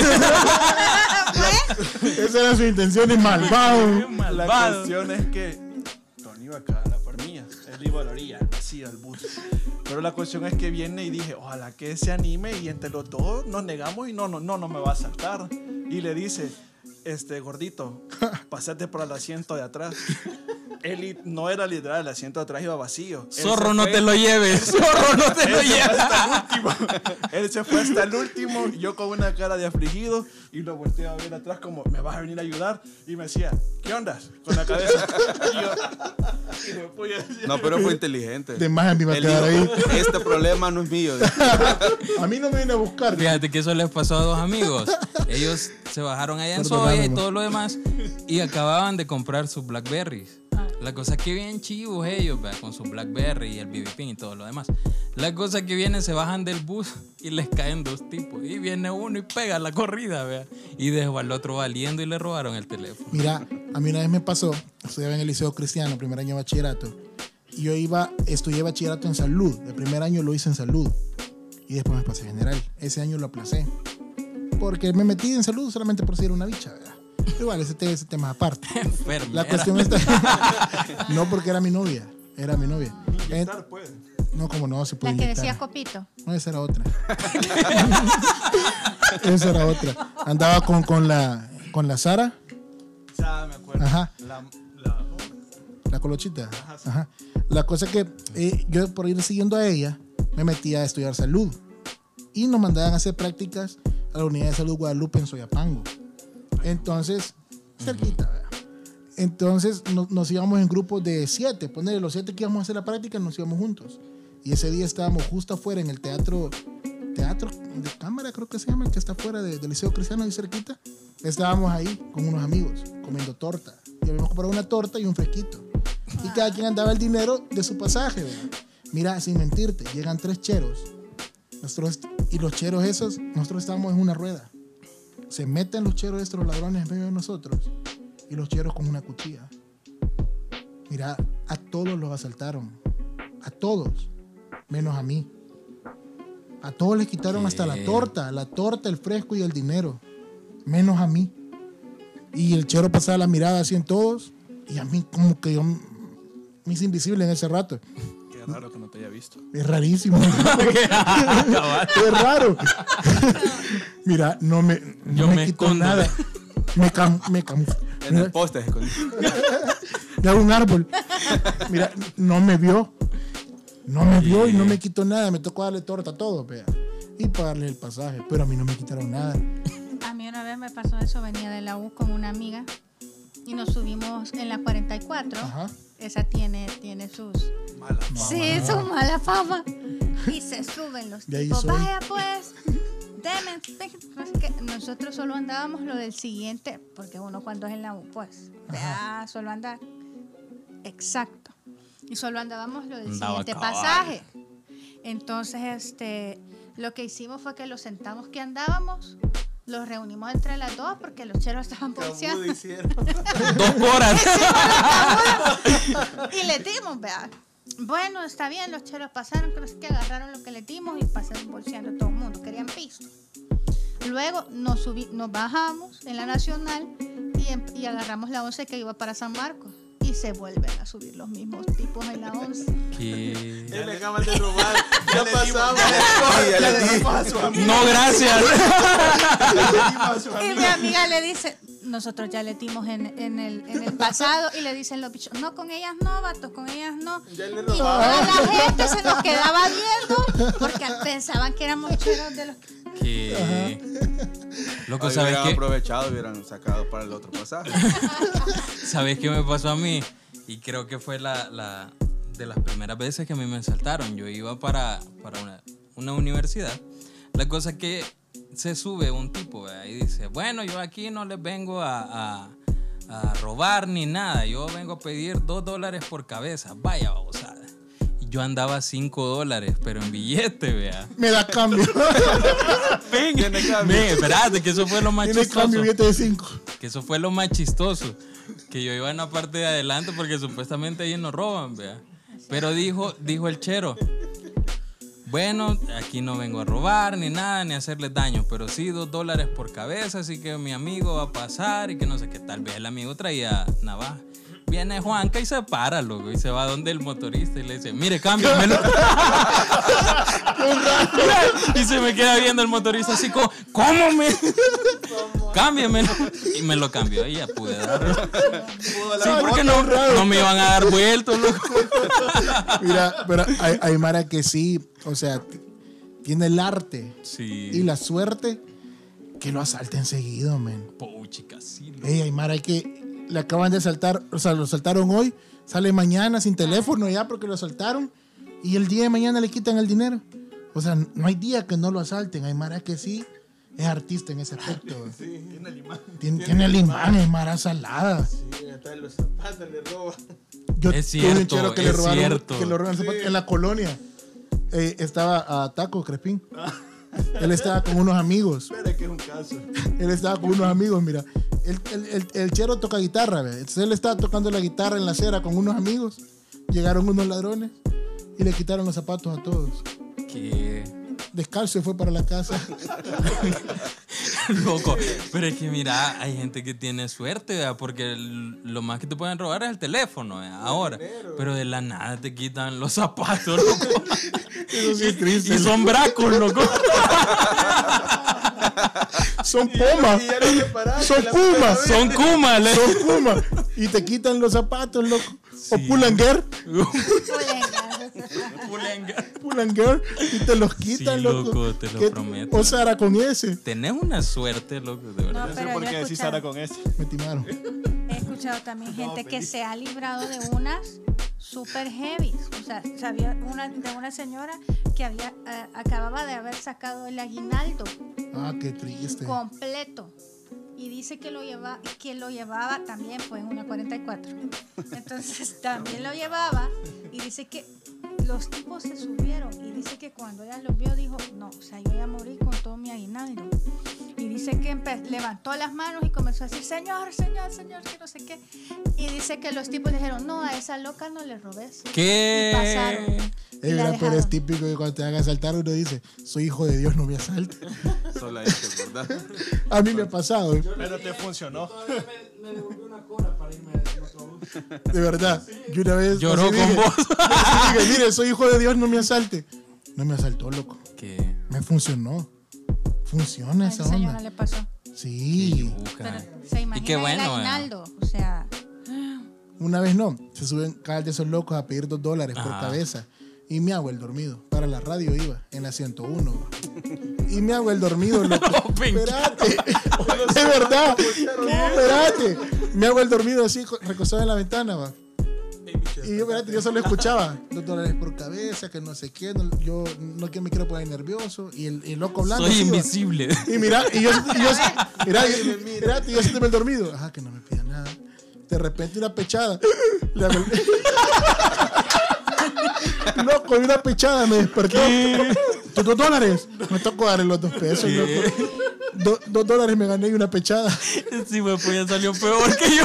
B: Esa era su intención y malvado.
E: La
A: Malvado.
E: cuestión es que Tony iba acá a la par mía. Él iba a la orilla, así al bus. Pero la cuestión es que viene y dije, ojalá que se anime y entre los dos nos negamos y no, no, no, no me va a saltar. Y le dice, este gordito, pasate por el asiento de atrás. Él i- no era literal, el asiento de atrás iba vacío. Él se
A: Zorro, no
E: fue-
A: te lo lleves. Zorro, no te lo
E: Él se fue
A: lleves.
E: hasta el último. Él se fue hasta el último. Yo con una cara de afligido y lo volteé a ver atrás como, ¿me vas a venir a ayudar? Y me decía, ¿qué onda? Con la cabeza. Y yo, y me fui así.
F: No, pero fue inteligente.
B: De más en mi
F: Él
B: bateador ahí.
F: dijo, este problema no es mío.
B: A mí no me viene a buscar.
A: Fíjate que eso les pasó a dos amigos. Ellos se bajaron allá en
B: Perdóname,
A: Soya y
B: ma.
A: todo lo demás y acababan de comprar sus Blackberries. La cosa es que bien chivos ellos, vea, con sus Blackberry y el BB Pin y todo lo demás. La cosa es que vienen, se bajan del bus y les caen dos tipos. Y viene uno y pega la corrida, vea. Y dejó al otro valiendo y le robaron el teléfono.
B: Mira, a mí una vez me pasó, estudiaba en el Liceo Cristiano, primer año de bachillerato. Y yo iba, estudié bachillerato en salud. El primer año lo hice en salud. Y después me pasé a general. Ese año lo aplacé. Porque me metí en salud solamente por ser una bicha, ¿verdad? Pero Igual, ese, te- ese tema es aparte.
A: Enfermera.
B: La cuestión está. no, porque era mi novia. Era mi novia. Eh,
E: Claro, pues.
B: no, como no, se puede
C: La que
B: inyectar.
C: decía Copito.
B: No, esa era otra. esa era otra. Andaba con, con, la, con la Sara,
E: O sea, me acuerdo.
B: Ajá.
E: La, la-
B: la colochita. Ajá. La cosa que eh, yo por ir siguiendo a ella, me metía a estudiar salud. Y nos mandaban a hacer prácticas a la Unidad de Salud Guadalupe en Soyapango. Entonces, cerquita, ¿verdad? Entonces no- nos íbamos en grupos de siete. Ponerle los siete que íbamos a hacer la práctica, nos íbamos juntos. Y ese día estábamos justo afuera en el teatro, teatro de cámara, creo que se llama, el que está afuera de- del Liceo Cristiano, ahí cerquita. Estábamos ahí con unos amigos comiendo torta. Y habíamos comprado una torta y un fresquito. Y cada quien andaba el dinero de su pasaje, ¿verdad? Mira, sin mentirte, llegan tres cheros. Nosotros, y los cheros esos, nosotros estábamos en una rueda. Se meten los cheros estos, los ladrones en medio de nosotros y los cheros con una cuchilla. Mira, a todos los asaltaron. A todos. Menos a mí. A todos les quitaron hasta la torta, la torta, el fresco y el dinero. Menos a mí. Y el chero pasaba la mirada así en todos. Y a mí como que yo me hice invisible en ese rato.
E: Qué raro que no te haya visto.
B: Es rarísimo. es raro. Mira, no me, no
A: Yo
B: me,
A: me
B: quitó
A: escondo.
B: nada. Me, cam, me cam-
F: En el poste se escondió.
B: de un árbol. Mira, no me vio. No me vio y no me quitó nada. Me tocó darle torta a todos, vea. Y pagarle el pasaje. Pero a mí no me quitaron nada.
C: A mí una vez me pasó eso, venía de la U con una amiga y nos subimos en la 44.
B: Ajá.
C: Esa tiene, tiene sus...
G: Mala.
C: Sí, su mala fama. Y se suben los
B: De ahí
C: tipos.
B: soy.
C: Vaya pues. Deme, deme". No sé qué. Nosotros solo andábamos lo del siguiente, porque uno cuando es en la U, pues, ah, solo anda. Exacto. Y solo andábamos lo del
A: Andaba
C: siguiente
A: a caballo.
C: pasaje. Entonces, este, lo que hicimos fue que los sentamos que andábamos, los reunimos entre las dos porque los cheros estaban
E: Cabudo
C: pulseando
E: hicieron.
A: Dos horas.
C: y le dimos, vea. Bueno, está bien, los cheros pasaron, creo que agarraron lo que le dimos y pasaron bolseando todo el mundo, querían piso. Luego nos, subi- nos bajamos en la Nacional y, em- y agarramos la 11 que iba para San Marcos. Y se vuelven a subir los mismos tipos en la 11.
A: ¿Qué?
E: Él le acaban de robar. Ya pasamos.
F: ya le di.
A: No, gracias.
C: Y mi amiga le dice, nosotros ya le dimos en, en el, en el pasado y le dicen los bichos, no, con ellas no, vatos, con ellas no.
E: Ya le
C: Y toda la gente se nos quedaba viendo porque pensaban que éramos cheros de los que...
A: ¿Qué? Loco,
F: Ahí
A: ¿sabes
F: hubieran
A: qué?
F: aprovechado, hubieran sacado para el otro pasaje.
A: ¿Sabes qué me pasó a mí? Y creo que fue la, la- de las primeras veces que a mí me saltaron. Yo iba para, para una, una universidad. La cosa que se sube un tipo ¿verdad? y dice, bueno, yo aquí no les vengo a, a- a robar ni nada. Yo vengo a pedir dos dólares por cabeza. Vaya babosada. Y Yo andaba cinco dólares, pero en billete, vea.
B: Me da cambio.
A: Ven, espérate, é que eso fue lo más
B: Tiene
A: chistoso.
B: cambio billete de 5.
A: Que eso fue lo más chistoso. Que yo iba en la parte de adelante porque supuestamente ahí nos roban, vea. Pero dijo, dijo el chero. Bueno, aquí no vengo a robar ni nada, ni a hacerles daño, pero sí dos dólares por cabeza, así que mi amigo va a pasar y que no sé qué. Tal vez el amigo traía navaja. Viene Juanca y se para, loco, y se va donde el motorista y le dice, mire, cámbiamelo. y se me queda viendo el motorista así como, ¿cómo me? Cámbiamelo. Y me lo cambió y ya pude darlo. Sí, porque no, no me iban a dar vueltos, loco.
B: Mira, pero hay, hay Mara que sí, o sea, t- tiene el arte y
A: Sí.
B: la suerte que lo asalten seguido, men.
A: Puchica, sí, loco.
B: Ey, Aymara, hay que. Le acaban de saltar, o sea, lo saltaron hoy, sale mañana sin teléfono ya porque lo asaltaron y el día de mañana le quitan el dinero. O sea, no hay día que no lo asalten. Aymara que sí es artista en ese aspecto.
E: Tiene el imán.
B: Tien- tiene el imán, Aymara salada.
E: Sí, hasta los zapatos le roba.
B: Yo
A: Es
B: tuve un
A: cierto,
B: chero que
A: es
B: le robaron,
A: cierto.
B: que le robaron zapatos en la colonia. Eh, estaba a Taco Crespín. Él estaba con unos amigos.
G: Espera que es un caso.
B: Él estaba con unos amigos, mira. El, el- el- el chero toca guitarra, ¿ve? Entonces él estaba tocando la guitarra en la acera con unos amigos. Llegaron unos ladrones y le quitaron los zapatos a todos.
A: Que-
B: Descalzo y fue para la casa.
A: Loco, pero es que mira, hay gente que tiene suerte, ¿verdad? porque el- lo más que te pueden robar es el teléfono, ¿verdad? ahora. Pero de la nada te quitan los zapatos, loco.
B: Eso sí es triste.
A: Y son bracos, loco.
B: Son pumas.
E: Y ya no se pararon,
B: Son
E: la
B: pumas. Son,
A: Son Kuma, le-
B: son pumas. Y te quitan los zapatos, loco. O pulanguer. Pulanguer. Y te los quitan,
A: Sí,
B: loco.
A: loco, te lo
B: ¿Qué-
A: prometo.
B: O Sara con ese.
A: Tenés una suerte, loco, de verdad.
C: No,
G: No sé
C: pero
G: por
C: yo
G: qué
C: he
G: decís Sara
C: escuchado,
G: con ese.
B: Me timaron.
C: he escuchado también gente que se ha librado de unas super heavy. O sea, sabía una, de una señora que había eh, acababa de haber sacado el aguinaldo
B: Ah, qué triste.
C: completo. Y dice que lo, lleva, que lo llevaba también, fue en una 44. Entonces también lo llevaba y dice que los tipos se subieron y dice que cuando ella los vio dijo, no, o sea, yo ya morí con todo mi aguinaldo. Y dice que empe- levantó las manos y comenzó a decir, señor, señor, señor, que no sé qué. Y dice que los tipos le dijeron, no, a esa loca no le robes. Y
A: ¿Qué?
C: pasaron. y
B: Eh, mira,
C: la
B: pero es
C: dejaron.
B: típico que cuando te hagan saltar uno dice, soy hijo de Dios, no me asalte.
F: Solo eso, ¿verdad?
B: A mí me ha pasado, de
G: Pero te funcionó.
B: verdad. Yo una vez...
A: Lloró
B: así
A: con
B: dije,
A: vos.
B: así dije, mire, soy hijo de Dios, no me asalte. No me asaltó, loco.
A: ¿Qué?
B: Me funcionó. Funciona
C: A
B: esa
C: esa señora
B: onda.
C: le pasó.
B: Sí.
A: Yuca.
C: Pero se
A: y qué
C: imagina el
A: bueno, ¿verdad?
C: aguinaldo. O sea...
B: Una vez no, se suben cada de esos locos a pedir dos dólares por
A: Ajá.
B: cabeza. Y mi hago el dormido. Para la radio iba, en la 101. Y me hago el dormido, loco.
A: Pinche.
B: Espérate. De verdad. Espérate. me hago el dormido así, co- recostado en la ventana, va. Y yo, espérate, yo solo escuchaba dos dólares por cabeza, que no sé qué, no- yo no que me quiero poner nervioso. Y el, el loco blanco.
A: Soy
B: así, va.
A: invisible.
B: Y mira, y yo, y yo, mira, y- mira, y yo siénteme el dormido. Ajá, que no me pida nada. De repente una pechada. La vel- Loco, y una pechada me despertó. ¿Tus dos dólares? Me tocó darle los dos pesos, loco. Do- dos dólares me gané y una pechada.
A: Sí, güey, pues ya salió peor que yo.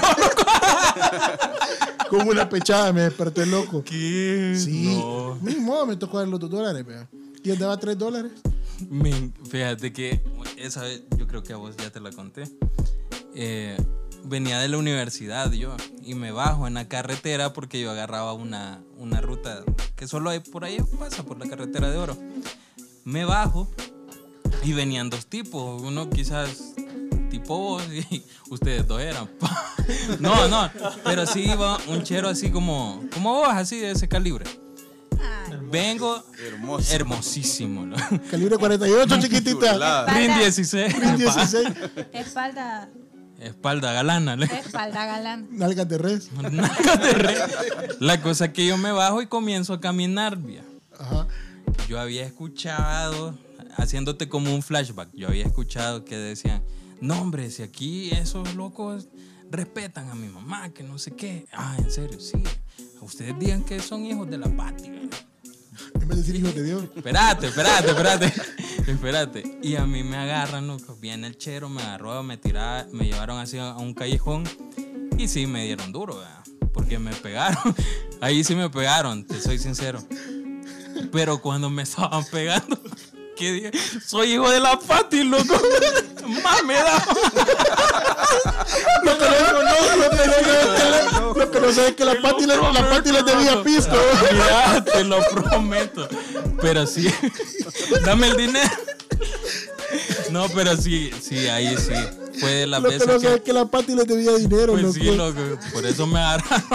B: Con una pechada me despertó el loco.
A: ¿Qué?
B: Sí.
A: No.
B: Mismo me tocó dar los dos dólares, vea. Y él daba tres dólares.
A: Men, fíjate que esa vez, yo creo que a vos ya te la conté. Eh, venía de la universidad yo y me bajo en la carretera porque yo agarraba una, una ruta que solo hay por ahí, pasa por la carretera de oro. Me bajo y venían dos tipos, uno quizás tipo vos y ustedes dos eran. No, no, pero sí iba un chero así como, como vos, así de ese calibre. Vengo
F: Hermoso.
A: hermosísimo. ¿no?
B: Calibre 48, chiquitita.
F: Chulada.
A: Rin
C: Espalda.
A: 16.
B: Rin 16.
C: Espalda,
A: Espalda galana. le-
C: espalda galán.
B: Nalgas de res.
A: Nalga de re. La cosa es que yo me bajo y comienzo a caminar, vía.
B: Ajá.
A: Yo había escuchado, haciéndote como un flashback, yo había escuchado que decían, no hombre, si aquí esos locos respetan a mi mamá, que no sé qué. Ah, en serio, sí. Ustedes digan que son hijos de la patria.
B: En vez de decir hijo de Dios.
A: Espérate, espérate, espérate. Espérate. Y a mí me agarran, loco. Viene el chero, me agarró, me tiraron, me llevaron así a un callejón. Y sí, me dieron duro, ¿verdad? Porque me pegaron. Ahí sí me pegaron, te soy sincero. Pero cuando me estaban pegando, que dije, soy hijo de la Pati, loco. Más me da.
B: Lo que no conozco, lo que no sabe que la- lo que no sabe que la Pati le- la Pati le debía pisto.
A: Mira, te lo prometo. Pero sí. Dame el dinero. No, pero sí, sí, ahí sí. Fue de las
B: Lo que
A: veces
B: no
A: que.
B: sabe que la Pati le debía dinero,
A: pues sí,
B: loco.
A: loco. Por eso me agarraron.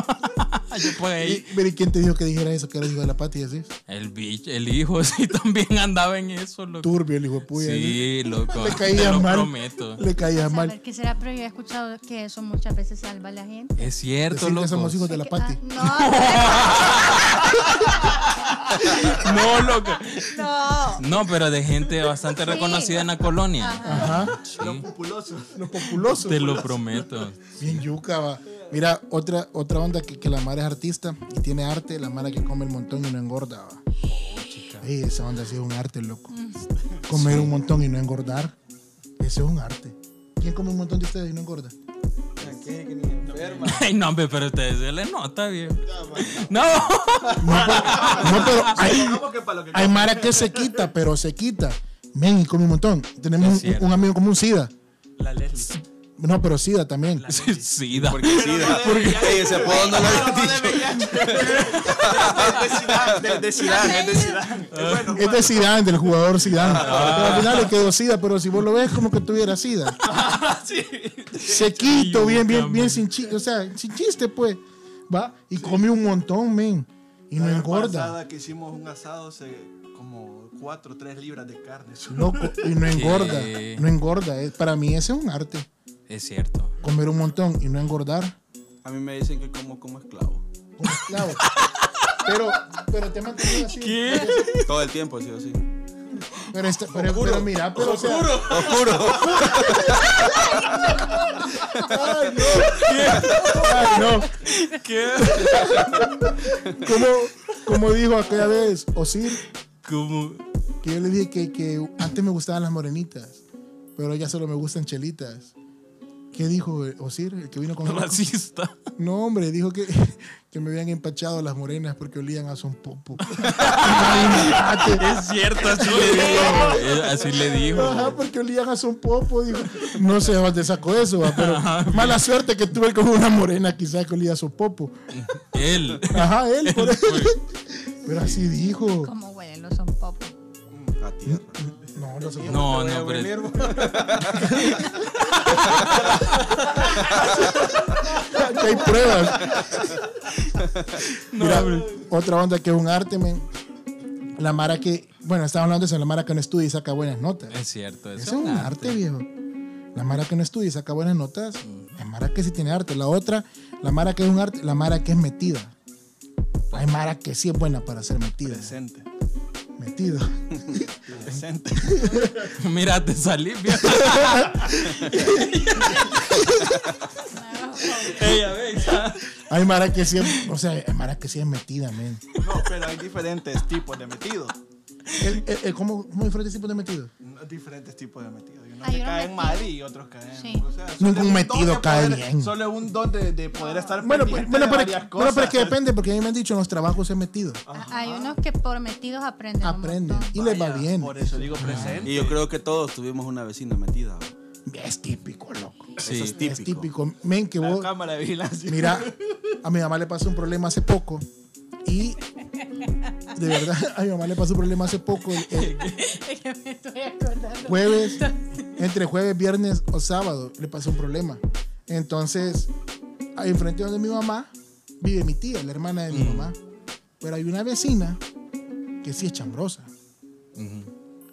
A: Yo pues
B: Y-
A: ahí.
B: Mira, ¿y quién te dijo que dijera eso? Que era hijo de la Pati, así.
A: El bicho, el hijo, sí, también andaba en eso, loco.
B: Turbio el hijo de puya. así.
A: Sí, loco.
B: Le
A: te
B: caía
A: lo
B: mal.
A: prometo.
B: Le caía mal.
C: Saber qué será, pero yo he escuchado que eso muchas veces salva a la gente.
A: Es cierto,
B: Decir
A: loco.
B: que somos hijos de la
C: Que-
B: Pati.
A: No, loco.
C: ah, no,
A: No, pero de gente bastante
C: Sí.
A: reconocida en la colonia.
B: Ajá. pues.
A: Sí,
E: Populoso.
B: Los populosos.
A: te lo prometo.
B: Bien yuca, va. Mira, otra, otra onda que, que la madre es artista y tiene arte, la madre que come el montón y no engorda, va. Ey, esa onda sí es un arte, loco. Comer un montón y no engordar, eso es un arte. ¿Quién come un montón de ustedes y no engorda?
E: Tranquila, que ni enferma.
A: Ay, no, hombre, pero ustedes se les nota, viejo. No,
B: No, pero, no, pero hay,
G: que para lo que
B: hay mara que se quita, pero se quita. Men, y come un montón. Tenemos
A: Es
B: un,
A: cierto.
B: un amigo común, SIDA.
G: La Leslie.
B: No, pero SIDA también.
A: sí, sí, da.
F: Porque sí, da- Ey, ese apodo no lo había dicho.
G: De Zidane, es de Zidane. Bueno,
B: Es de Zidane, del jugador Zidane. Pero al final le quedó Sida, pero si vos lo ves, como que tuviera Sida. Sequito, bien, bien, bien, sin chiste. O sea, sin chiste, pues. Va y come un montón, men. Y no
G: La vez
B: engorda.
G: pasada que hicimos un asado, se, como 4 o 3 libras de carne.
B: Loco, y no engorda.
A: Sí.
B: No engorda. Es- Para mí ese es un arte.
A: Es cierto.
B: Comer un montón y no engordar.
F: A mí me dicen que como como esclavo.
B: Como esclavo. Pero, pero te he mantenido así.
F: Todo el tiempo, sí o sí.
B: Pero, este- pero- pero mira, pero o sea,
F: Oscuro.
B: Ay, no. Ay, no. Como, como dijo aquella vez Osir,
A: Como.
B: que yo le dije que, que antes me gustaban las morenitas, pero ya solo me gustan chelitas. ¿Qué dijo eh, Osir, el que vino con
A: Racista.
B: No, hombre, dijo que, que me habían empachado las morenas porque olían a son popo. Imagínate.
A: Es cierto, así le dijo. Eh, Así le
B: Ajá,
A: dijo.
B: porque olían a son popo. Dijo. No sé de dónde sacó eso, va, pero mala suerte que tuve con una morena quizás que olía a son popo.
A: Él.
B: Ajá, él, por eso.
A: Pues,
B: Pero así dijo.
C: como huelen los son pop.
F: A tierra.
B: No, no se puede.
A: No, no, pero.
B: Aquí hay pruebas. Mira, otra onda que es un arte, men. La Mara que. Bueno, estaba hablando de eso, la Mara que no estudia y saca buenas notas.
A: Es cierto,
G: Mm.
B: Ese es un arte, viejo. La Mara que no estudia y saca buenas notas. Hay Mara que sí tiene arte. La otra, la Mara que es un arte, la Mara que es metida. Hay Mara que sí es buena para ser metida.
G: Presente.
B: Metido.
G: Presente.
A: Mira, te salí bien. Ella, ve, está-
B: Hay Mara que sí es, o sea, hay Mara que sí es metida, men.
G: No, pero hay diferentes tipos de metidos.
B: El- el- el- ¿Cómo, ¿Cómo diferentes tipos de metido?
G: No, Diferentes tipos de metidos. Y unos
C: Hay
G: que
C: unos
G: caen
C: metidos.
G: mal y otros caen.
C: Sí.
G: o sea, solo
B: Ningún
G: es un
B: metido
G: don de
B: cae
G: poder-
B: bien.
G: Solo es un don de, de
C: Ah.
G: poder estar
B: Bueno, pues,
G: pendiente
B: bueno,
G: de
B: pero,
G: varias
B: bueno,
G: cosas.
B: pero es que depende, porque a mí me han dicho en los trabajos he metido.
C: Hay unos que por metidos aprenden. un
B: Aprenden
C: montón.
B: y les va
G: Vaya,
B: bien.
G: Por eso digo presente.
F: Y yo creo que todos tuvimos una vecina metida. ¿va?
B: Es típico, loco.
F: Eso es típico.
B: Es típico. Men, que
G: La
B: vos.
G: cámara de vigilancia.
B: Mira, a mi mamá le pasó un problema hace poco. Y. De verdad, a mi mamá le pasó un problema hace poco. el- el
C: Es que me estoy acordando.
B: jueves, entre jueves, viernes o sábado, le pasó un problema. Entonces, ahí enfrente donde mi mamá vive mi tía, la hermana de mi mamá. Pero hay una vecina que sí es chambrosa.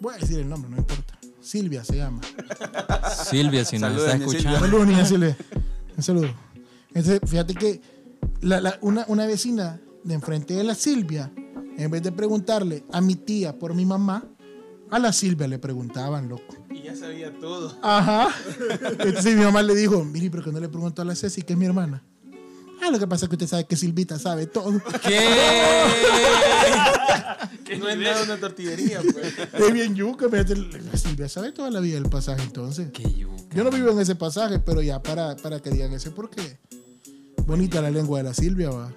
B: Voy a decir el nombre, no importa. Silvia se llama.
A: Silvia, si nos
F: Saludos,
A: está
F: mi Silvia.
A: escuchando.
B: Saludos, Pues, niña Silvia. Un saludo. Entonces, fíjate que la- la- una, una vecina de enfrente de la Silvia, en vez de preguntarle a mi tía por mi mamá, a la Silvia le preguntaban, loco.
G: Y ya sabía todo.
B: Ajá. Entonces mi mamá le dijo, mire, pero que no le preguntó a la Ceci, que es mi hermana. Ah, lo que pasa es que usted sabe que Silvita sabe todo.
A: ¿Qué?
G: no es nada una tortillería, pues.
B: Es bien yuca, fíjate, la Silvia sabe toda la vida del pasaje entonces.
A: Qué yuca.
B: Yo no vivo en ese pasaje, pero ya para, para que digan eso, porque bonita la lengua de la Silvia, va.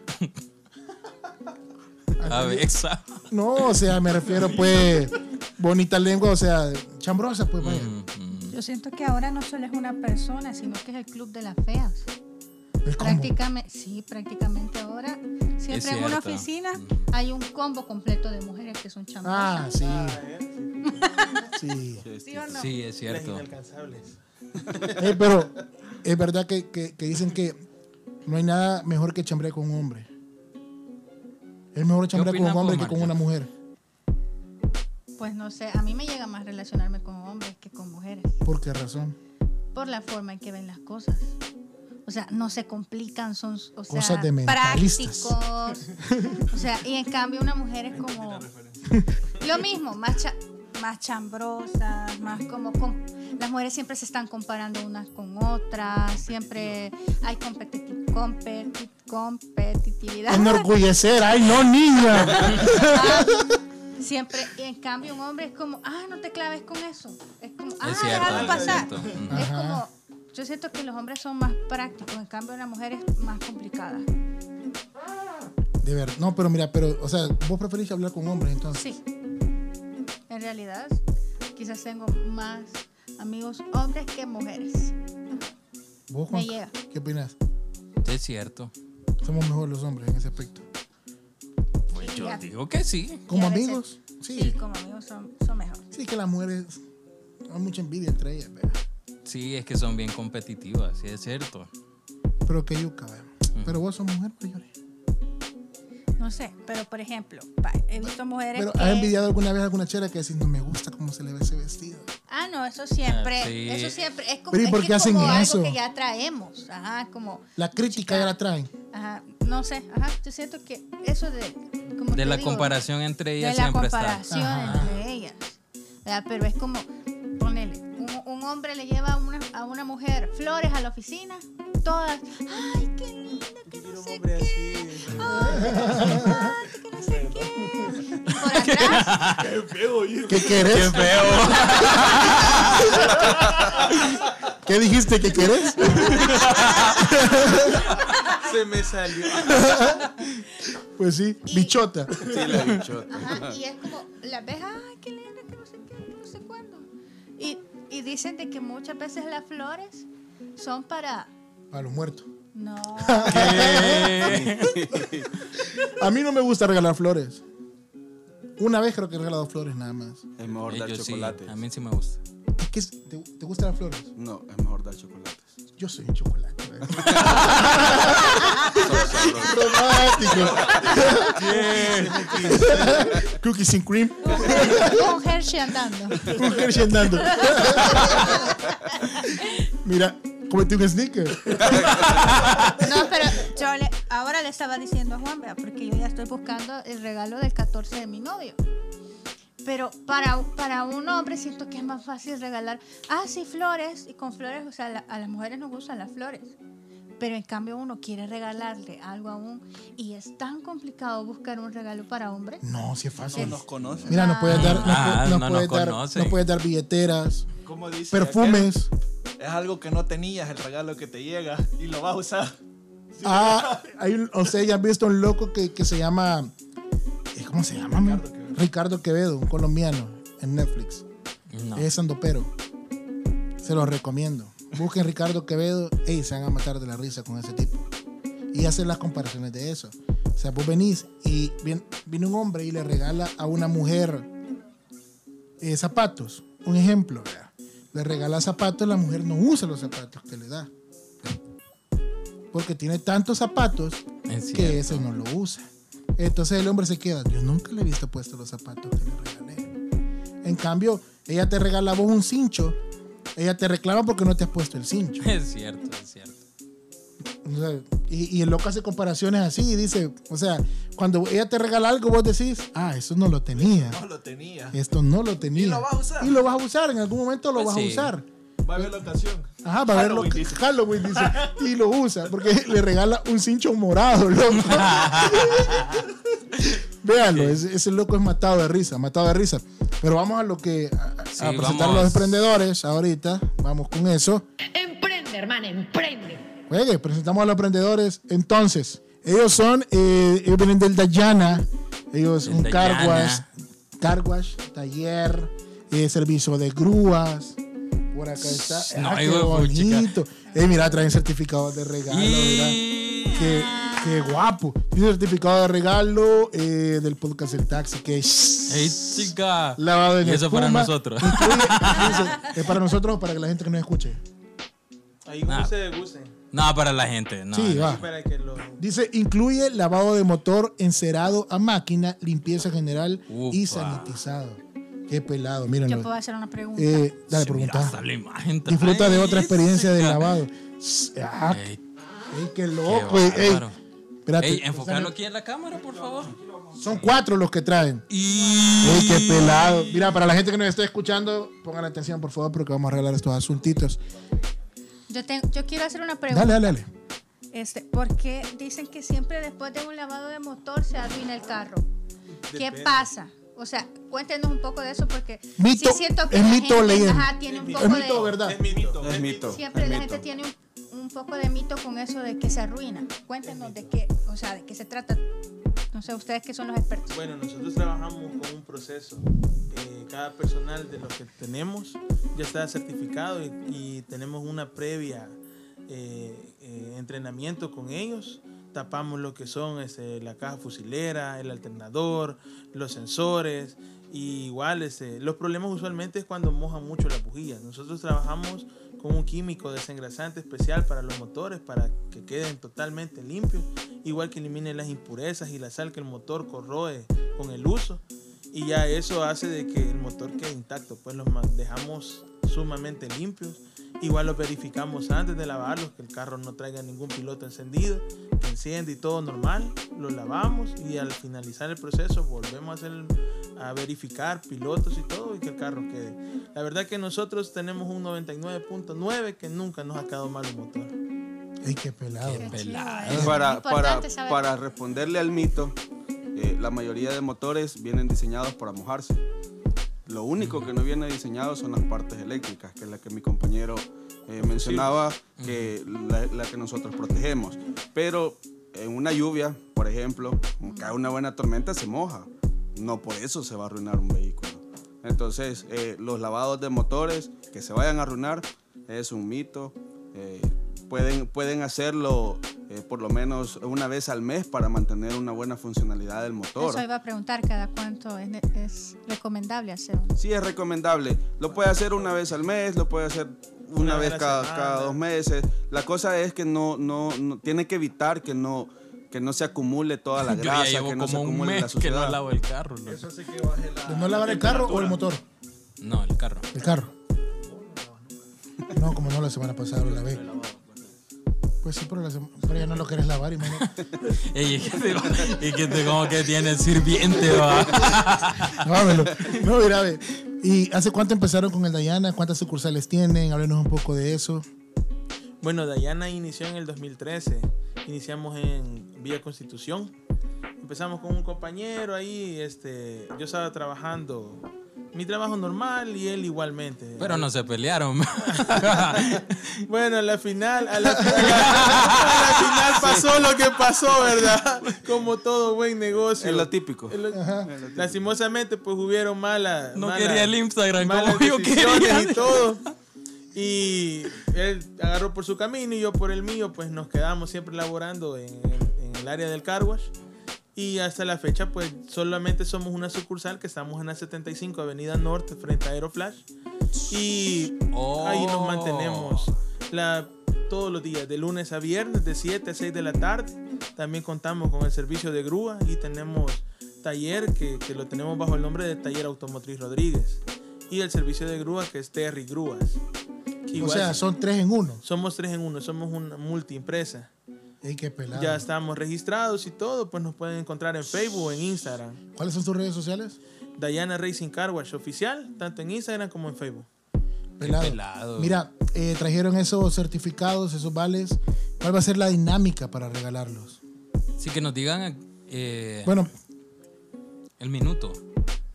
A: A ver, esa-
B: No, o sea, me refiero, pues, bonita lengua, o sea, chambrosa, pues, vaya.
C: Yo siento que ahora no solo es una persona, sino que es el club de las feas.
B: Es como-
C: Prácticamente, sí, prácticamente ahora. Siempre en una
A: cierto.
C: oficina hay un combo completo de mujeres que son
B: Ah,
C: chambosas.
B: sí. Sí.
C: ¿Sí o no?
A: Sí, es cierto.
G: Inalcanzables.
B: Eh, pero es verdad que, que- que dicen que no hay nada mejor que chambrear con un hombre. Es mejor chambrear con un
A: opinas
B: hombre
A: vos,
B: que con
A: Marta?
B: una mujer.
C: Pues no sé, a mí me llega más relacionarme con hombres que con mujeres.
B: ¿Por qué razón?
C: Por la forma en que ven las cosas. O sea, no se complican, son o sea,
B: Cosas de mentalistas.
C: prácticos. O sea, y en cambio una mujer es como lo mismo, más cha- más chambrosas, más como con- las mujeres siempre se están comparando unas con otras, siempre hay competiti- competi- competitividad.
B: Enorgullecer, ay no, niña.
C: Ah, Siempre, y en cambio un hombre es como, ah, no te claves con eso. Es como, ah,
A: cierto,
C: déjalo
A: es
C: pasar.
A: cierto. Ujú.
C: Es
B: Ajá.
C: como, yo siento que los hombres son más prácticos, en cambio la mujer es más complicada.
B: De verdad, no, pero mira, pero, o sea, vos preferís hablar con hombres entonces.
C: Sí. En realidad, quizás tengo más amigos hombres que mujeres.
B: ¿Vos, Juan?
C: Me llega.
B: ¿Qué opinas?
A: Es cierto.
B: Somos mejor los hombres en ese aspecto.
A: Pues yo
C: Ya.
A: digo que sí.
B: ¿Como
C: Y a veces-
B: amigos?
C: Sí.
B: Sí.
C: como amigos son, son mejor.
B: Sí, que las mujeres, hay mucha envidia entre ellas, pero,
A: Sí, es que son bien competitivas, sí, es cierto.
B: pero que yuca, vea. Pero vos sos mujer, pues, Yuri.
C: No sé, pero por ejemplo, va, he visto mujeres
B: Pero
C: que...
B: ¿has envidiado alguna vez a alguna chera que decís, no me gusta cómo se le ve ese vestido?
C: Ah, no, eso siempre.
A: Ah, sí.
C: Eso siempre. Es como,
B: Pero, ¿y
C: es
B: por
C: que
B: qué
C: es
B: hacen
C: como
B: eso?
C: algo que ya traemos. Ajá, como.
B: La crítica ya la traen.
C: Ajá, no sé. Ajá, yo siento que eso de. Como
A: De
C: te
A: la
C: digo,
A: comparación entre ellas
C: de la
A: siempre
C: comparación
B: Ajá.
C: entre ellas. ¿verdad? Pero es como. Ponele. Un, un hombre le lleva a una, a una mujer flores a la oficina. Todas. Ay, qué lindo, que no sé qué. Ay, que no sé qué. Y por atrás.
B: ¿Qué querés?
A: está. Veo.
B: ¿Qué dijiste que querés?
G: Se me salió.
B: Pues sí,
C: Y-
B: bichota.
F: Sí, la bichota.
C: Ajá, y es como, las ves, ay, qué linda, que no sé qué, que no sé cuándo. Y, y dicen de que muchas veces las flores son para...
B: A los muertos.
C: No,
B: A mí no me gusta regalar flores. Una vez creo que he regalado flores nada más.
F: Es mejor dar
A: Yo sí,
F: chocolates.
A: a mí sí me gusta.
B: Es que es- te, te gustan las flores.
F: No, es mejor dar chocolates.
B: Yo soy un chocolate. ¿verdad?
F: Son sabrosos.
B: Romántico. Cookies sin cream.
C: un Hershey andando.
B: Un Hershey andando. Mira, cometí un sneaker.
C: No, pero yo le- ahora le estaba diciendo a Juan, vea, porque yo ya estoy buscando el regalo del 14 de mi novio. Pero para, para un hombre siento que es más fácil regalar, ah, sí, flores, y con flores, o sea, la- a las mujeres nos gustan las flores. Pero en cambio uno quiere regalarle algo a un... Y es tan complicado buscar un regalo para hombres.
B: No, sí es fácil.
G: Nos conoce.
B: Mira, nos puedes dar, nos,
A: Ah,
B: pu- nos
A: no nos
B: puedes dar,
A: conocen.
B: nos puedes dar billeteras,
G: ¿Cómo dice?
B: perfumes.
G: aquel? Es algo que no tenías, el regalo que te llega y lo vas a usar.
B: Ah, hay, un- o sea, ya han visto un loco que, que se llama. eh, ¿Cómo se llama? man? Ricardo Quevedo. un colombiano en Netflix.
A: No.
B: Es sandopero. Se los recomiendo. Busquen Ricardo Quevedo. Ey, se van a matar de la risa con ese tipo. Y hacen las comparaciones de eso. O sea, vos venís y vien- viene un hombre y le regala a una mujer eh, zapatos. Un ejemplo, ¿verdad? Le regala zapatos, la mujer no usa los zapatos que le da. Porque tiene tantos zapatos
A: Es
B: que
A: cierto.
B: ese no lo usa. Entonces el hombre se queda. Yo nunca le he visto puesto los zapatos que le regalé. En cambio, ella te regala a vos un cincho. Ella te reclama porque no te has puesto el cincho.
A: Es cierto, es cierto.
B: O sea, y, y el loco hace comparaciones así y dice, o sea, cuando ella te regala algo, vos decís, ah, eso no lo tenía.
G: No lo tenía.
B: Esto no lo tenía.
G: Y lo vas a usar.
B: Y lo vas a usar, en algún momento lo
A: Pues
B: vas
A: sí.
B: a usar.
G: Va a haber la ocasión.
B: Ajá, va a ver lo
G: Halloween,
B: que
G: dice.
B: Halloween dice. Y lo usa porque le regala un cincho morado, loco. Véanlo, ese, ese loco es matado de risa, matado de risa. Pero vamos a lo que a, a
A: Sí,
B: presentar
A: vamos.
B: los emprendedores ahorita. Vamos con eso.
I: Emprende, hermana, emprende.
B: Juegue, presentamos a los emprendedores. Entonces, ellos son, eh, ellos vienen del Dayana, ellos
A: Del
B: un car
A: Dayana.
B: wash, car wash, taller, eh, servicio de grúas. Por acá está.
A: no,
B: Ah, qué
A: hijo de puchica.
B: bonito. Eh, mira, traen certificados de regalo, Ah, mira.
A: Y...
B: Qué, qué guapo. Y un certificado de regalo eh, del podcast El Taxi, que es
A: Ey, chica.
B: lavado en
A: Y eso para
B: espuma.
A: nosotros.
B: Incluye- dice, ¿Es para nosotros o para que la gente que nos escuche?
E: Ahí
A: Nah.
E: guste, guste.
A: No, para la gente. No,
B: sí,
A: no.
B: va.
E: Para que lo.
B: Dice, incluye lavado de motor, encerado a máquina, limpieza general y
A: Upa.
B: sanitizado. Qué pelado,
C: Yo
B: mírenlo.
C: puedo hacer una pregunta.
B: Eh, dale,
A: Sí, mira,
B: pregunta.
A: hasta la imagen. trae.
B: Disfruta de otra experiencia de
A: Chica.
B: lavado. Sss, ah,
A: Ey,
B: ey, qué loco.
A: Eh, qué
B: ey, ey.
A: bárbaro.
B: Espérate,
A: Ey, enfocalo aquí en la cámara, por favor.
B: Son cuatro los que traen.
A: Y...
B: Ey, qué pelado. Mira, para la gente que nos está escuchando, pongan atención, por favor, porque vamos a regalar estos asuntitos.
C: Yo, te- yo quiero hacer una pregunta.
B: Dale, dale, dale.
C: Este, ¿Por qué dicen que siempre después de un lavado de motor se arruina el carro? ¿Qué pasa? O sea, cuéntenos un poco de eso porque
B: Mito,
C: sí siento que
B: es
C: la
B: mito
C: gente,
B: o leyenda.
C: ajá, tiene un poco
B: Es mito,
C: de,
B: ¿verdad?
E: mito.
F: Es mito.
C: siempre
F: es
C: la
F: mito.
C: gente tiene un, un poco de mito con eso de que se arruina. Cuéntenos de qué, o sea, de qué se trata. No sé, ustedes que son los expertos.
E: Bueno, nosotros trabajamos con un proceso. Eh, cada personal de lo que tenemos ya está certificado y, y tenemos una previa eh, eh, entrenamiento con ellos. Tapamos lo que son este, la caja fusilera, el alternador, los sensores. Y igual, este, los problemas usualmente es cuando mojan mucho las bujías. Nosotros trabajamos con un químico desengrasante especial para los motores para que queden totalmente limpios, igual que elimine las impurezas y la sal que el motor corroe con el uso. Y ya eso hace de que el motor quede intacto, pues los ma- dejamos sumamente limpios. Igual los verificamos antes de lavarlos, que el carro no traiga ningún piloto encendido, que enciende y todo normal, lo lavamos y al finalizar el proceso volvemos a, hacer, a verificar pilotos y todo y que el carro quede. La verdad que nosotros tenemos un 99.9 que nunca nos ha quedado mal un motor.
B: Ey, qué pelado.
C: Qué chido,
A: pelado.
C: ¿eh?
F: Para, para,
C: Importante saber.
F: para responderle al mito, eh, la mayoría de motores vienen diseñados para mojarse. Lo único que no viene diseñado son las partes eléctricas, que es la que mi compañero eh, mencionaba, que la, la que nosotros protegemos. Pero en una lluvia, por ejemplo, cae una buena tormenta, se moja. No por eso se va a arruinar un vehículo. Entonces, eh, los lavados de motores que se vayan a arruinar es un mito. Eh, pueden, pueden hacerlo eh, por lo menos una vez al mes para mantener una buena funcionalidad del motor.
C: Eso iba a preguntar cada cuánto es, es recomendable hacer un-
F: Sí, es recomendable. Lo puede hacer una vez al mes, lo puede hacer una,
E: Una vez
F: vez
E: a la
F: cada,
E: semana.
F: cada dos meses. La cosa es que no, no, no- tiene que evitar que no, que no se acumule toda la
A: Yo ya
F: grasa,
A: llevo
F: que no se
A: como un
F: acumule la
A: mes que no
F: suciedad.
A: lavo el carro. loco.
B: ¿No lavar el carro o el motor?
A: No, el carro.
B: El carro. No, como no la semana pasada lo lavé. Pues sí, pero, la sema- pero ya no lo querés lavar, imagínate.
A: Ey, es que te- es que te como que tiene sirviente, va.
B: No, me lo- no, mira, ve. ¿Y hace cuánto empezaron con el Dayana? ¿Cuántas sucursales tienen? Háblenos un poco de eso.
E: Bueno, Dayana inició en el 2013. Iniciamos en Villa Constitución. Empezamos con un compañero ahí, este, yo estaba trabajando mi trabajo normal y él igualmente.
A: Pero no se pelearon.
E: Bueno, a la final, a la, a la- a la final pasó lo que pasó, ¿verdad? Como todo buen negocio.
F: Es lo típico.
E: Es lo- Lastimosamente, pues hubieron malas.
A: No
E: malas-
A: quería el Instagram
E: malas
A: como yo
E: decisiones
A: quería.
E: Y todo. Y él agarró por su camino y yo por el mío, pues nos quedamos siempre laborando en, en- en el área del car wash. Y hasta la fecha, pues solamente somos una sucursal que estamos en la 75 Avenida Norte, frente a Aeroflash. Y
A: Oh.
E: ahí nos mantenemos la, todos los días, de lunes a viernes, de 7 a 6 de la tarde. También contamos con el servicio de grúa y tenemos taller que, que lo tenemos bajo el nombre de Taller Automotriz Rodríguez. Y el servicio de grúa que es Terry Grúas.
B: O
E: Igual
B: sea, son tres en uno.
E: somos tres en uno, somos una multiempresa.
B: Ey, qué pelado.
E: Ya estamos registrados y todo, pues nos pueden encontrar en Facebook, en Instagram.
B: ¿Cuáles son tus redes sociales?
E: Diana Racing Car Wash oficial, tanto en Instagram como en Facebook.
B: Pelado.
A: pelado.
B: Mira, eh, trajeron esos certificados, esos vales. ¿Cuál va a ser la dinámica para regalarlos?
A: Así que nos digan eh,
B: Bueno,
A: el minuto.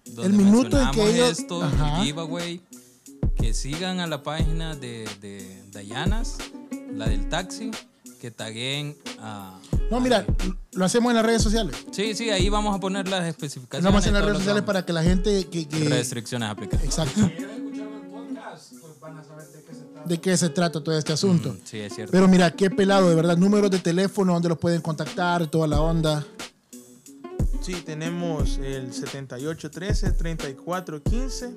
A: donde
B: el minuto en que
A: mencionamos
B: ellos-
A: Esto,
B: Ajá.
A: el giveaway. Que sigan a la página de, de Dayanas, la del taxi, que taguen a...
B: no,
A: a-
B: mira, lo hacemos en las redes sociales.
A: Sí, sí, ahí vamos a poner las
B: Lo
A: especificaciones.
B: vamos a hacer en las
A: todo
B: redes
A: lo
B: sociales
A: que
B: para que la gente que...
A: vamos-
B: que
A: Restricciones aplicadas.
B: exacto. pues De qué se trata todo este asunto.
A: Mm, Sí, es cierto.
B: Pero mira, qué pelado, de verdad. Números de teléfono, donde los pueden contactar, toda la onda.
E: Sí, tenemos el 7813-3415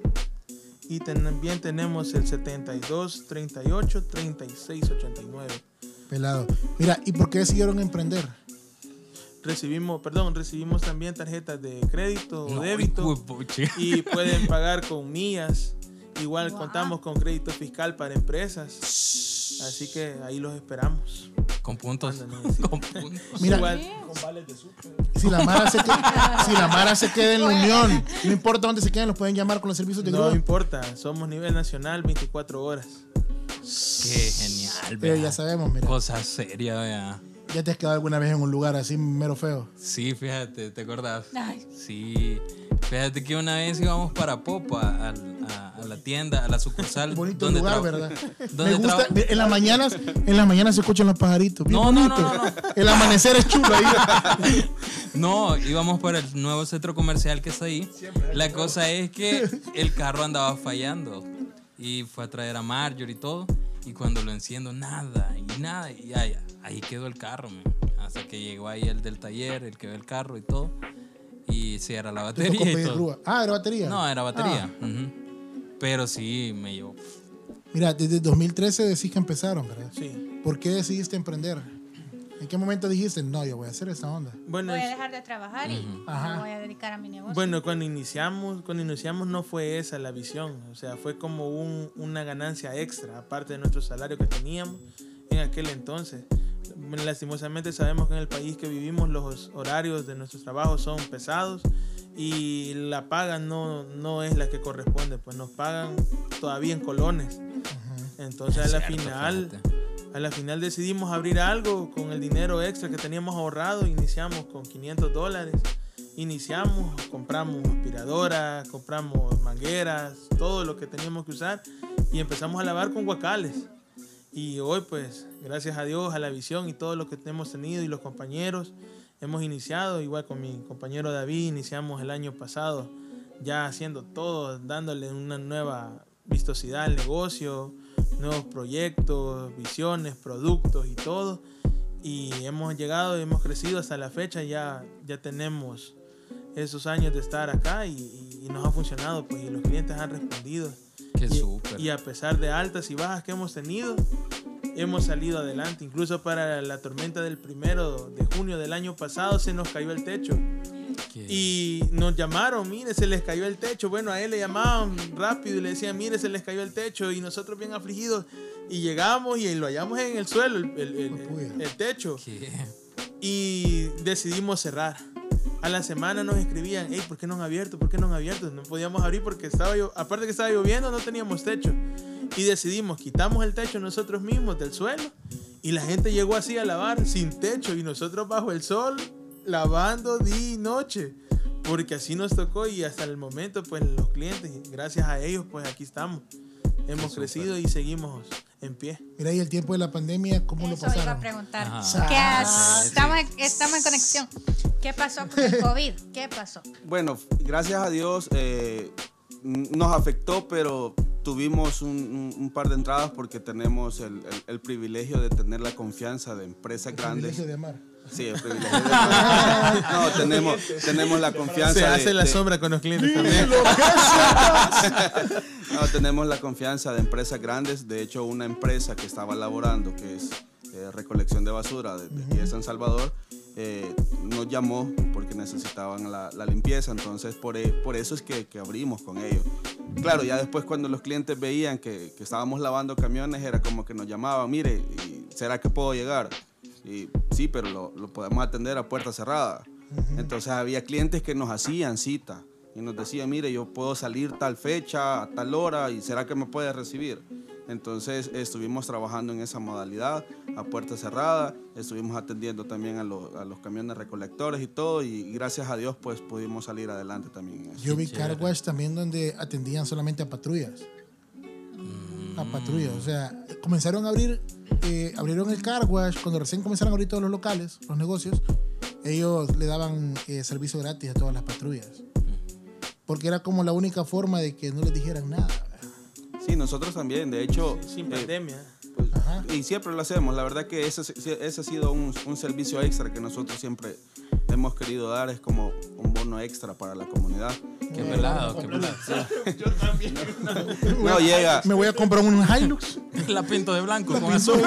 E: y ten- también tenemos el 7238-3689.
B: Pelado. Mira, ¿y por qué decidieron emprender?
E: Recibimos, perdón, recibimos también tarjetas de crédito o
A: No,
E: débito
A: hijo de pucha.
E: y pueden pagar con millas. Igual contamos con crédito fiscal para empresas. Así que ahí los esperamos.
A: Con puntos.
E: Ándale, sí.
A: Con puntos.
B: Mira,
E: Igual,
B: si la Mara se queda, si la Mara se queda en la
A: Pues.
B: Unión, no importa dónde se queden, los pueden llamar con los servicios de
E: no
B: grúa.
E: importa, somos nivel nacional 24 horas.
A: Qué genial,
B: Pero ya
A: vea.
B: sabemos, mira.
A: Cosa seria, vea.
B: Ya te has quedado alguna vez en un lugar así mero feo.
A: Sí, fíjate, ¿te acordás?
C: Ay.
A: Sí. Fíjate que una vez íbamos para Popa, al- a, a la tienda, a la sucursal.
B: Bonito
A: donde
B: lugar,
A: traba-
B: ¿verdad?
A: donde
B: Me gusta.
A: traba-
B: En las mañanas, en las mañanas se escuchan los pajaritos. Bien
A: No, no,
B: bonito.
A: no, no, no.
B: El amanecer es chulo ahí.
A: No, íbamos para el nuevo centro comercial que está ahí. La cosa es que el carro andaba fallando. Y fue a traer a Marjorie y todo. Y cuando lo enciendo, nada, y nada. Y ahí, ahí quedó el carro, men. Hasta que llegó ahí el del taller, el que ve el carro y todo. Y se era la
B: Te tocó
A: batería. y
B: pedir
A: todo.
B: grúa. Ah, era batería.
A: No, eh. era batería.
B: Ah,
A: ujú. Pero sí, me llevó.
B: mira, desde 2013 decís que empezaron, ¿verdad?
E: Sí.
B: ¿Por qué decidiste emprender? ¿En qué momento dijiste, no, yo voy a hacer esta onda?
E: Bueno,
C: Voy a
E: es-
C: dejar de trabajar y
B: Ajá.
C: me voy a dedicar a mi negocio.
E: Bueno, cuando iniciamos, cuando iniciamos no fue esa la visión, o sea, fue como un- una ganancia extra, aparte de nuestro salario que teníamos en aquel entonces. Lastimosamente sabemos que en el país que vivimos los horarios de nuestros trabajos son pesados y la paga no, no es la que corresponde, pues nos pagan todavía en colones. Entonces a la
A: Cierto,
E: final...
A: fíjate.
E: A la final decidimos abrir algo con el dinero extra que teníamos ahorrado. Iniciamos con 500 dólares. Iniciamos, compramos aspiradoras, compramos mangueras, todo lo que teníamos que usar y empezamos a lavar con guacales. Y hoy pues, gracias a Dios, a la visión y todo lo que hemos tenido y los compañeros, hemos iniciado, igual con mi compañero David, iniciamos el año pasado ya haciendo todo, dándole una nueva vistosidad al negocio, nuevos proyectos, visiones, productos y todo. Y hemos llegado y hemos crecido hasta la fecha, ya, ya tenemos esos años de estar acá y, y- y nos ha funcionado, pues y los clientes han respondido.
A: Qué
E: Y-
A: súper.
E: Y a pesar de altas y bajas que hemos tenido, hemos salido adelante. Incluso para la tormenta del primero de junio del año pasado se nos cayó el techo.
A: Qué-
E: Y nos llamaron, mire, se les cayó el techo. Bueno, a él le llamaban rápido y le decían, mire, se les cayó el techo. Y nosotros bien afligidos. Y llegamos y lo hallamos en el suelo, el, el- el- el- el techo.
A: qué-
E: Y decidimos cerrar. A la semana nos escribían, hey, ¿por qué no han abierto? ¿Por qué no han abierto? No podíamos abrir porque estaba yo, aparte que estaba lloviendo, no teníamos techo. Y decidimos, quitamos el techo nosotros mismos del suelo. Y la gente llegó así a lavar sin techo y nosotros bajo el sol lavando día y noche. Porque así nos tocó y hasta el momento, pues los clientes, gracias a ellos, pues aquí estamos. Hemos crecido y seguimos en pie.
B: Mira, y el tiempo de la pandemia, ¿cómo lo
C: Eso iba a
B: pasaron?
C: preguntar.
A: Ajá.
C: ¿Qué
B: Ah,
C: has- estamos, en- estamos en conexión. ¿Qué pasó con el COVID? ¿Qué pasó?
F: Bueno, gracias a Dios eh, n- nos afectó, pero tuvimos un, un- un par de entradas porque tenemos el, el- el privilegio de tener la confianza de empresas grandes.
B: Privilegio de amar.
F: Sí, el privilegio. de- No, tenemos, tenemos la confianza.
E: Se
F: de-
E: hace la
F: de-
E: sombra con los clientes también.
F: No, tenemos la confianza de empresas grandes. De hecho, una empresa que estaba laborando, que es eh, recolección de basura de, de aquí de San Salvador, eh, nos llamó porque necesitaban la, la limpieza. Entonces, por, e- por eso es que, que abrimos con ellos. Claro, ya después cuando los clientes veían que, que estábamos lavando camiones, era como que nos llamaban, mire, ¿y ¿será que puedo llegar? Y, sí, pero lo, lo podemos atender a puerta cerrada. Entonces había clientes que nos hacían cita y nos decían, mire, yo puedo salir tal fecha, a tal hora, y ¿será que me puedes recibir? Entonces estuvimos trabajando en esa modalidad, a puerta cerrada, estuvimos atendiendo también a, los- a los camiones recolectores y todo, y gracias a Dios pues pudimos salir adelante también. en eso.
B: Yo vi car wash también donde atendían solamente a patrullas. A
A: Mm.
B: patrullas. O sea, comenzaron a abrir, eh, abrieron el car wash. Cuando recién comenzaron a abrir todos los locales, los negocios, ellos le daban eh, servicio gratis a todas las patrullas. Porque era como la única forma de que no les dijeran nada.
F: Sí, nosotros también, de hecho...
E: Sin
F: eh,
E: pandemia.
F: pues,
B: Ajá.
F: y siempre lo hacemos. La verdad que ese, ese ha sido un, un servicio extra que nosotros siempre hemos querido dar, es como un bono extra para la comunidad.
A: Qué pelado, qué pelado.
F: No llega,
B: Me voy a comprar un Hilux.
A: La pinto de blanco con azul.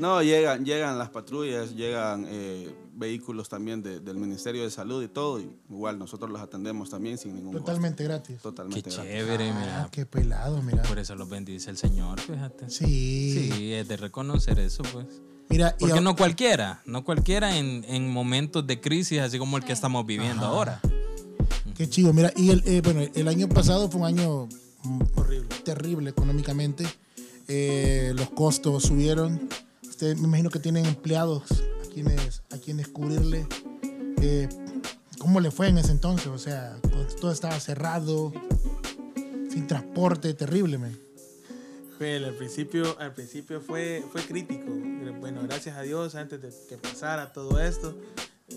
F: no llegan, llegan las patrullas, llegan eh, vehículos también de- del Ministerio de Salud y todo. y igual nosotros los atendemos también sin ningún costo.
B: Totalmente gratis.
A: Qué
F: Totalmente. gratis.
A: chévere, mira.
B: Ah, qué pelado, mira.
A: Por eso los bendice el Señor, fíjate.
B: Sí.
A: Sí, es de reconocer eso, pues.
B: Mira, y
A: Porque
B: a-
A: no cualquiera, no cualquiera en, en momentos de crisis así como el que estamos viviendo ahora.
B: Qué chido, mira, y el, eh, bueno, el año pasado fue un año horrible, terrible económicamente. Eh, los costos subieron. Ustedes me imagino que tienen empleados a quienes, a quienes cubrirle. Eh, ¿Cómo le fue en ese entonces? O sea, cuando todo estaba cerrado, sin transporte, terrible, man.
E: Fel, Pues, al principio, al principio fue, fue crítico. Bueno, gracias a Dios, antes de que pasara todo esto,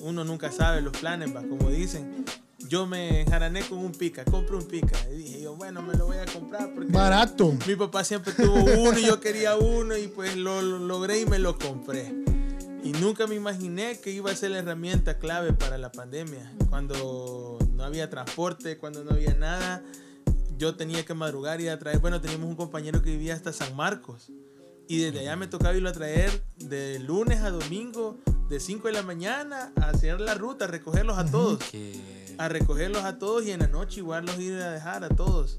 E: uno nunca sabe los planes, va, como dicen. Yo me enjarané con un pica, compro un pica. Y dije yo, bueno, me lo voy a comprar porque
B: Barato.
E: mi papá siempre tuvo uno y yo quería uno y pues lo, lo logré y me lo compré. Y nunca me imaginé que iba a ser la herramienta clave para la pandemia. Cuando no había transporte, cuando no había nada, yo tenía que madrugar y ir a traer. Bueno, teníamos un compañero que vivía hasta San Marcos. Y desde allá me tocaba irlo a traer de lunes a domingo, de 5 de la mañana, a hacer la ruta, a recogerlos a todos
A: Que
E: a recogerlos a todos y en la noche igual los ir a dejar a todos.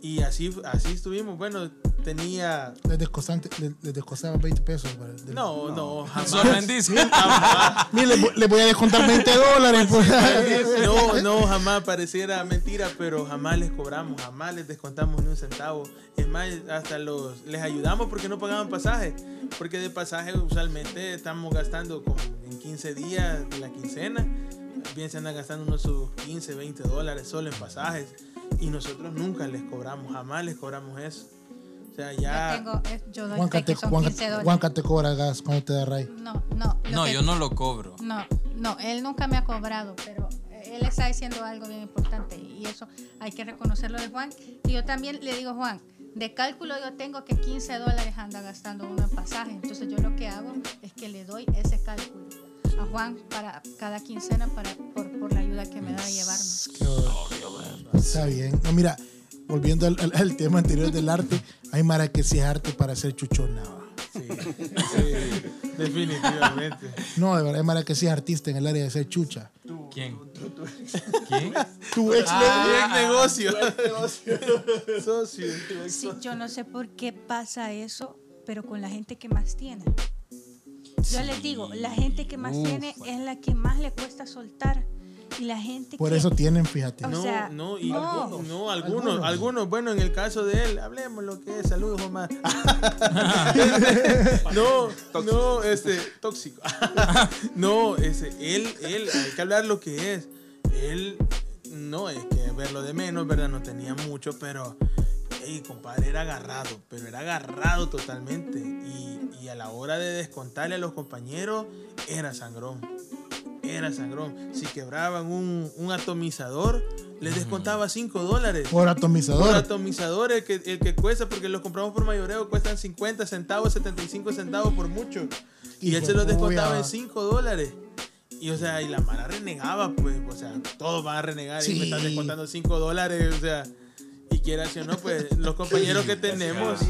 E: Y así, así estuvimos. Bueno, tenía...
B: Les, descostante- les, les descostaba 20 pesos. para- de-
E: No, no,
B: Ah,
A: Dios
E: jamás.
A: bendice. Ah,
E: Jamás.
B: Mira, les, voy- les voy a descontar 20 dólares. pues. por-
E: No, no, jamás pareciera mentira, pero jamás les cobramos, jamás les descontamos ni un centavo. Es más, hasta los les ayudamos porque no pagaban pasaje, porque de pasaje usualmente estamos gastando como en 15 días de la quincena, bien se andan gastando unos sus 15, 20 dólares solo en pasajes y nosotros nunca les cobramos, jamás les cobramos eso. O sea, ya
C: Yo tengo, eh, yo doy
B: Juanca
C: fe
B: te,
C: que son
B: Juanca-
C: 15 dólares.
B: Juanca te cobra gas cuando te da ray.
C: No, no. lo
A: No,
C: que-
A: yo no lo cobro.
C: No, no, él nunca me ha cobrado, pero eh, él está diciendo algo bien importante y eso hay que reconocerlo de Juan. Y yo también le digo, Juan, de cálculo yo tengo que 15 dólares anda gastando uno en pasaje, entonces yo lo que hago es que le doy ese cálculo a Juan para cada quincena para, por, por la ayuda que me da de llevarme.
B: Qué bueno. Está bien. No, mira, volviendo al, al- al tema anterior del arte, hay Mara que sí es arte para hacer chuchonada.
E: Sí, sí, definitivamente.
B: No, de verdad, es mala que sí es artista en el área de ser chucha.
A: ¿Quién? ¿Quién?
B: Tu ex
E: Bien Ah, negocio. Socio.
C: Sí, yo no sé por qué pasa eso, pero con la gente que más tiene. Yo les digo, la gente que más
A: Ufa.
C: tiene es la que más le cuesta soltar. Y la gente
B: Por
C: que...
B: eso tienen, fíjate.
C: O
E: No,
C: sea,
E: no, y
C: no.
E: algunos, no, algunos,
B: Algunos.
E: algunos, Bueno, en el caso de él, hablemos lo que es, saludos, mamá. no, no, este, tóxico. no, este, él, él, hay que hablar lo que es. Él, no, es que verlo de menos, ¿verdad? No tenía mucho, pero, hey, compadre, era agarrado, pero era agarrado totalmente. Y, y a la hora de descontarle a los compañeros, era sangrón era sangrón. Si quebraban un, un atomizador, les descontaba 5 dólares.
B: Por
E: Por
B: atomizador.
E: atomizador, el que, el que cuesta, porque los compramos por mayoreo, cuestan 50 centavos, 75 centavos por mucho. Y
B: Hijo
E: él se los
B: de
E: descontaba
B: puya.
E: en 5 dólares. Y o sea, y la mara renegaba, pues, o sea, todos van a renegar y
B: Sí.
E: me están descontando 5 dólares, o sea, y quiera si o no, pues los compañeros que tenemos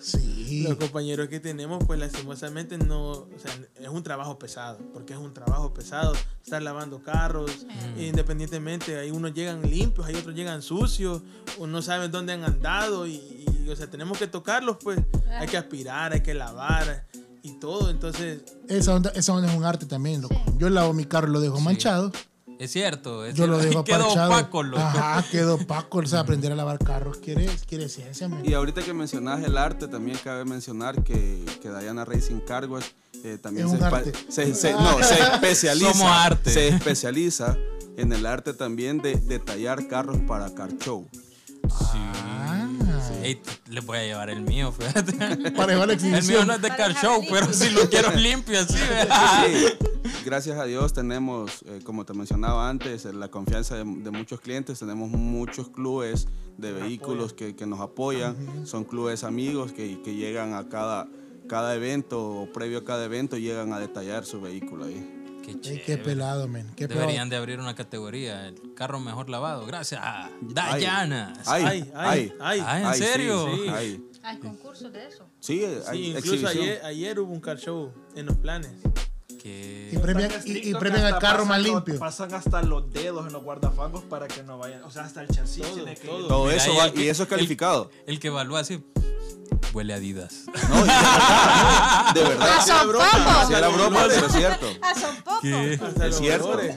B: Sí.
E: los compañeros que tenemos, pues lastimosamente no, o sea, es un trabajo pesado, porque es un trabajo pesado, estar lavando carros, E independientemente, hay unos llegan limpios, hay otros llegan sucios, unos no saben dónde han andado y, y, o sea, tenemos que tocarlos, pues hay que aspirar, hay que lavar y todo, entonces,
B: Esa onda, esa onda es un arte también, loco. Yo lavo mi carro, lo dejo manchado.
A: Es cierto. Es
B: Yo lo
A: cierto.
B: dejo
A: Quedó
B: parchado.
A: opaco, loco.
B: Ajá, quedó opaco. O sea, aprender a lavar carros quiere, quiere ciencia, men.
F: Y ahorita que mencionas el arte, también cabe mencionar que, que Diana Racing Carwash eh, también
B: Es
F: se,
B: un
F: espa-
B: arte.
F: se- se- no, se especializa.
A: Somos arte.
F: Se especializa en el arte también de, de tallar carros para car show.
B: Ah.
A: Ey, le voy a llevar el mío, fíjate.
B: Para llevar la
A: El mío
B: exhibición.
A: no es de
C: Para
A: car
C: dejarlo
A: show,
C: limpio.
A: pero si lo quiero limpio así, ¿verdad?
F: Sí, gracias a Dios tenemos, eh, como te mencionaba antes, eh, la confianza de, de muchos clientes, tenemos muchos clubes de vehículos que, que nos apoyan, son clubes amigos que, que llegan a cada, cada evento o previo a cada evento llegan a detallar su vehículo ahí.
A: Qué
B: Ey,
A: chévere.
B: qué pelado, men. Qué pelado.
A: Deberían de abrir una categoría, el carro mejor lavado, gracias a Dayana.
F: Ay, ay,
E: Ay,
F: ay,
E: ay, ay.
A: Ah, ¿en
F: ay, sí,
A: serio?
F: Sí,
A: Sí.
F: ay.
C: Ah, Hay concursos de eso.
F: Sí, hay
E: sí, incluso
F: exhibición.
E: ayer, ayer hubo un car show en los planes.
B: Y
A: Que
B: premian,
G: Tan
B: y, y
G: estricto
B: premian
G: que
B: al
G: hasta
B: carro más
G: pasan los-
B: limpio.
G: pasan hasta los dedos en los guardafangos para que no vayan. O sea, hasta el chasis
E: Todo,
G: tiene que
E: todo.
F: Todo
A: Mira,
F: eso
A: y
F: va-
A: el que-
F: y eso es
A: el-
F: calificado.
A: el que evalúa así, huele a Adidas.
F: No, y de
A: Ah,
F: verdad, de verdad.
C: ¡A son
F: Ah, Sí era broma, pero es cierto.
C: ¡A son poco!
A: ¿Qué?
E: Hasta
F: Es
E: los
F: cierto.
E: olores.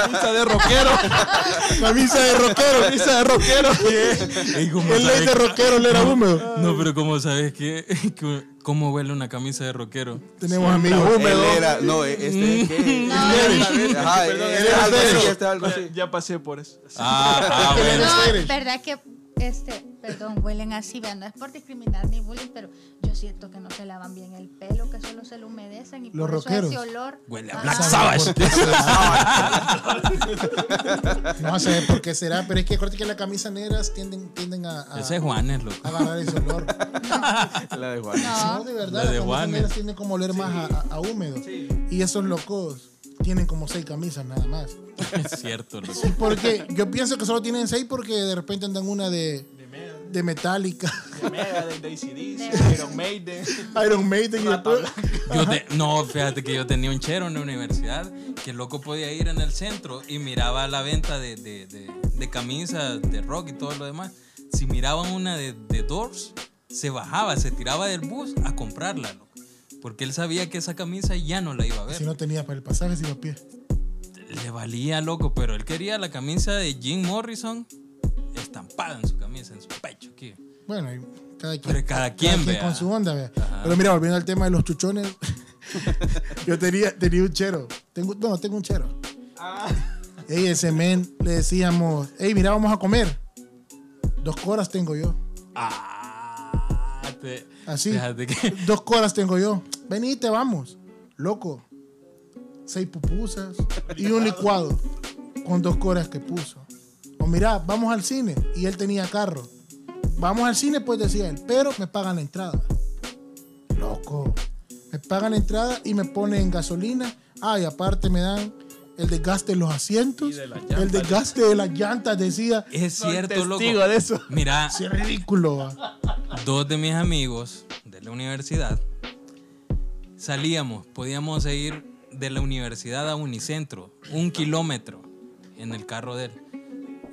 F: Camisa de rockero.
B: Camisa de rockero, camisa de rockero.
A: Ey, ¿cómo
B: El ley
A: sabes
B: de
A: que-
B: rockero le era húmedo.
A: No, pero ¿cómo sabes qué? Que- ¿Cómo huele una camisa de rockero?
B: Tenemos amigos
F: Él
B: húmedos.
F: era, no, eh,
A: Mm.
F: este es que. Ajá, eh,
E: Perdón,
F: este
E: era
F: es algo
B: serio.
F: así, este es algo
G: Ya,
F: así.
G: ya pasé por eso.
A: Ah, ah, bueno.
C: No,
B: Eres.
C: es verdad que, este, perdón, huelen así, vean, no es por discriminar ni bullying, pero yo siento que no se lavan bien el pelo, que solo se lo humedecen y
B: Los
C: por
B: rockeros.
C: eso ese olor. ah,
A: Huele a
C: Ajá.
A: Black Sabbath.
B: No sé por qué será, pero es que acuérdate que las camisas negras tienden, tienden a, a,
A: Ese es Juanes,
B: a
A: loco.
B: agarrar ese olor.
F: La de Juan.
B: No, de
A: La de
B: verdad, las camisas
A: Juanes.
B: negras tienden como a oler más a, a- a húmedo. Y esos locos tienen como seis camisas nada más.
A: Es cierto, loco.
B: Porque yo pienso que solo tienen seis porque de repente andan una de, de Metallica,
G: De Mega, de ACDC, Iron Maiden.
B: Iron Maiden y después.
A: Yo te- no, fíjate que yo tenía un chero en la universidad que el loco podía ir en el centro y miraba la venta de, de- de- de camisas, de rock y todo lo demás. Si miraba una de, de Doors, se bajaba, se tiraba del bus a comprarla, loco. Porque él sabía que esa camisa ya no la iba a ver.
B: Si no tenía para el pasaje, si iba a pie.
A: Le valía, loco, pero él quería la camisa de Jim Morrison estampada en su camisa, en su pecho. aquí.
B: Bueno, y cada quien.
A: Pero cada quien, vea.
B: con su onda, vea. Pero mira, volviendo al tema de los chuchones, yo tenía, tenía un chero. Tengo, no, tengo un chero. Ey, ese men le decíamos, hey, mira, vamos a comer. Dos coras tengo yo.
A: Ah, te-
B: Así.
A: Fíjate que.
B: Dos coras tengo yo. Venite, vamos. Loco. Seis pupusas y un licuado con dos coras que puso. O mira, vamos al cine. Y él tenía carro. Vamos al cine, pues decía él, pero me pagan la entrada. Loco. Me pagan la entrada y me ponen gasolina. Ah, y aparte me dan el desgaste de los asientos,
G: Y de las
B: el
G: llantas.
B: desgaste de las llantas, decía.
A: Es
G: Soy
A: cierto, loco.
G: testigo de eso.
A: Mira,
B: Sí, es ridículo. va.
A: dos de mis amigos de la universidad salíamos, podíamos ir de la universidad a Unicentro, un kilómetro en el carro de él.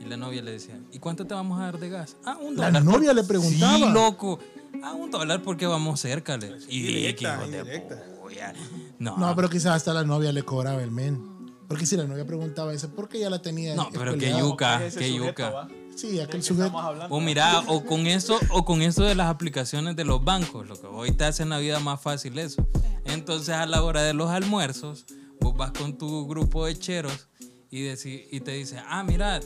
A: Y la novia le decía, ¿y cuánto te vamos a dar de gas? Ah, un
B: La
A: dólar.
B: novia le
A: Sí,
B: preguntaba.
A: loco. Ah, un dólar porque vamos cerca. le- Y
E: Indirecta,
A: qué hijo de
E: indirecta.
A: puya. No,
B: No, pero quizás hasta la novia le cobraba el men. Porque si la novia preguntaba eso, ¿por qué ya la tenía?
A: no, pero qué
B: espoleada?
A: yuca,
G: Ese
A: qué
G: sujeto,
A: yuca.
G: ¿va?
B: Sí,
G: Del que
B: aquel
G: estamos
B: sujeto.
G: hablando.
A: O mira, o con eso, o con eso de las aplicaciones de los bancos, lo que hoy te hacen la vida más fácil eso. Entonces a la hora de los almuerzos, vos vas con tu grupo de cheros y, deci- y te dicen, ah, mira,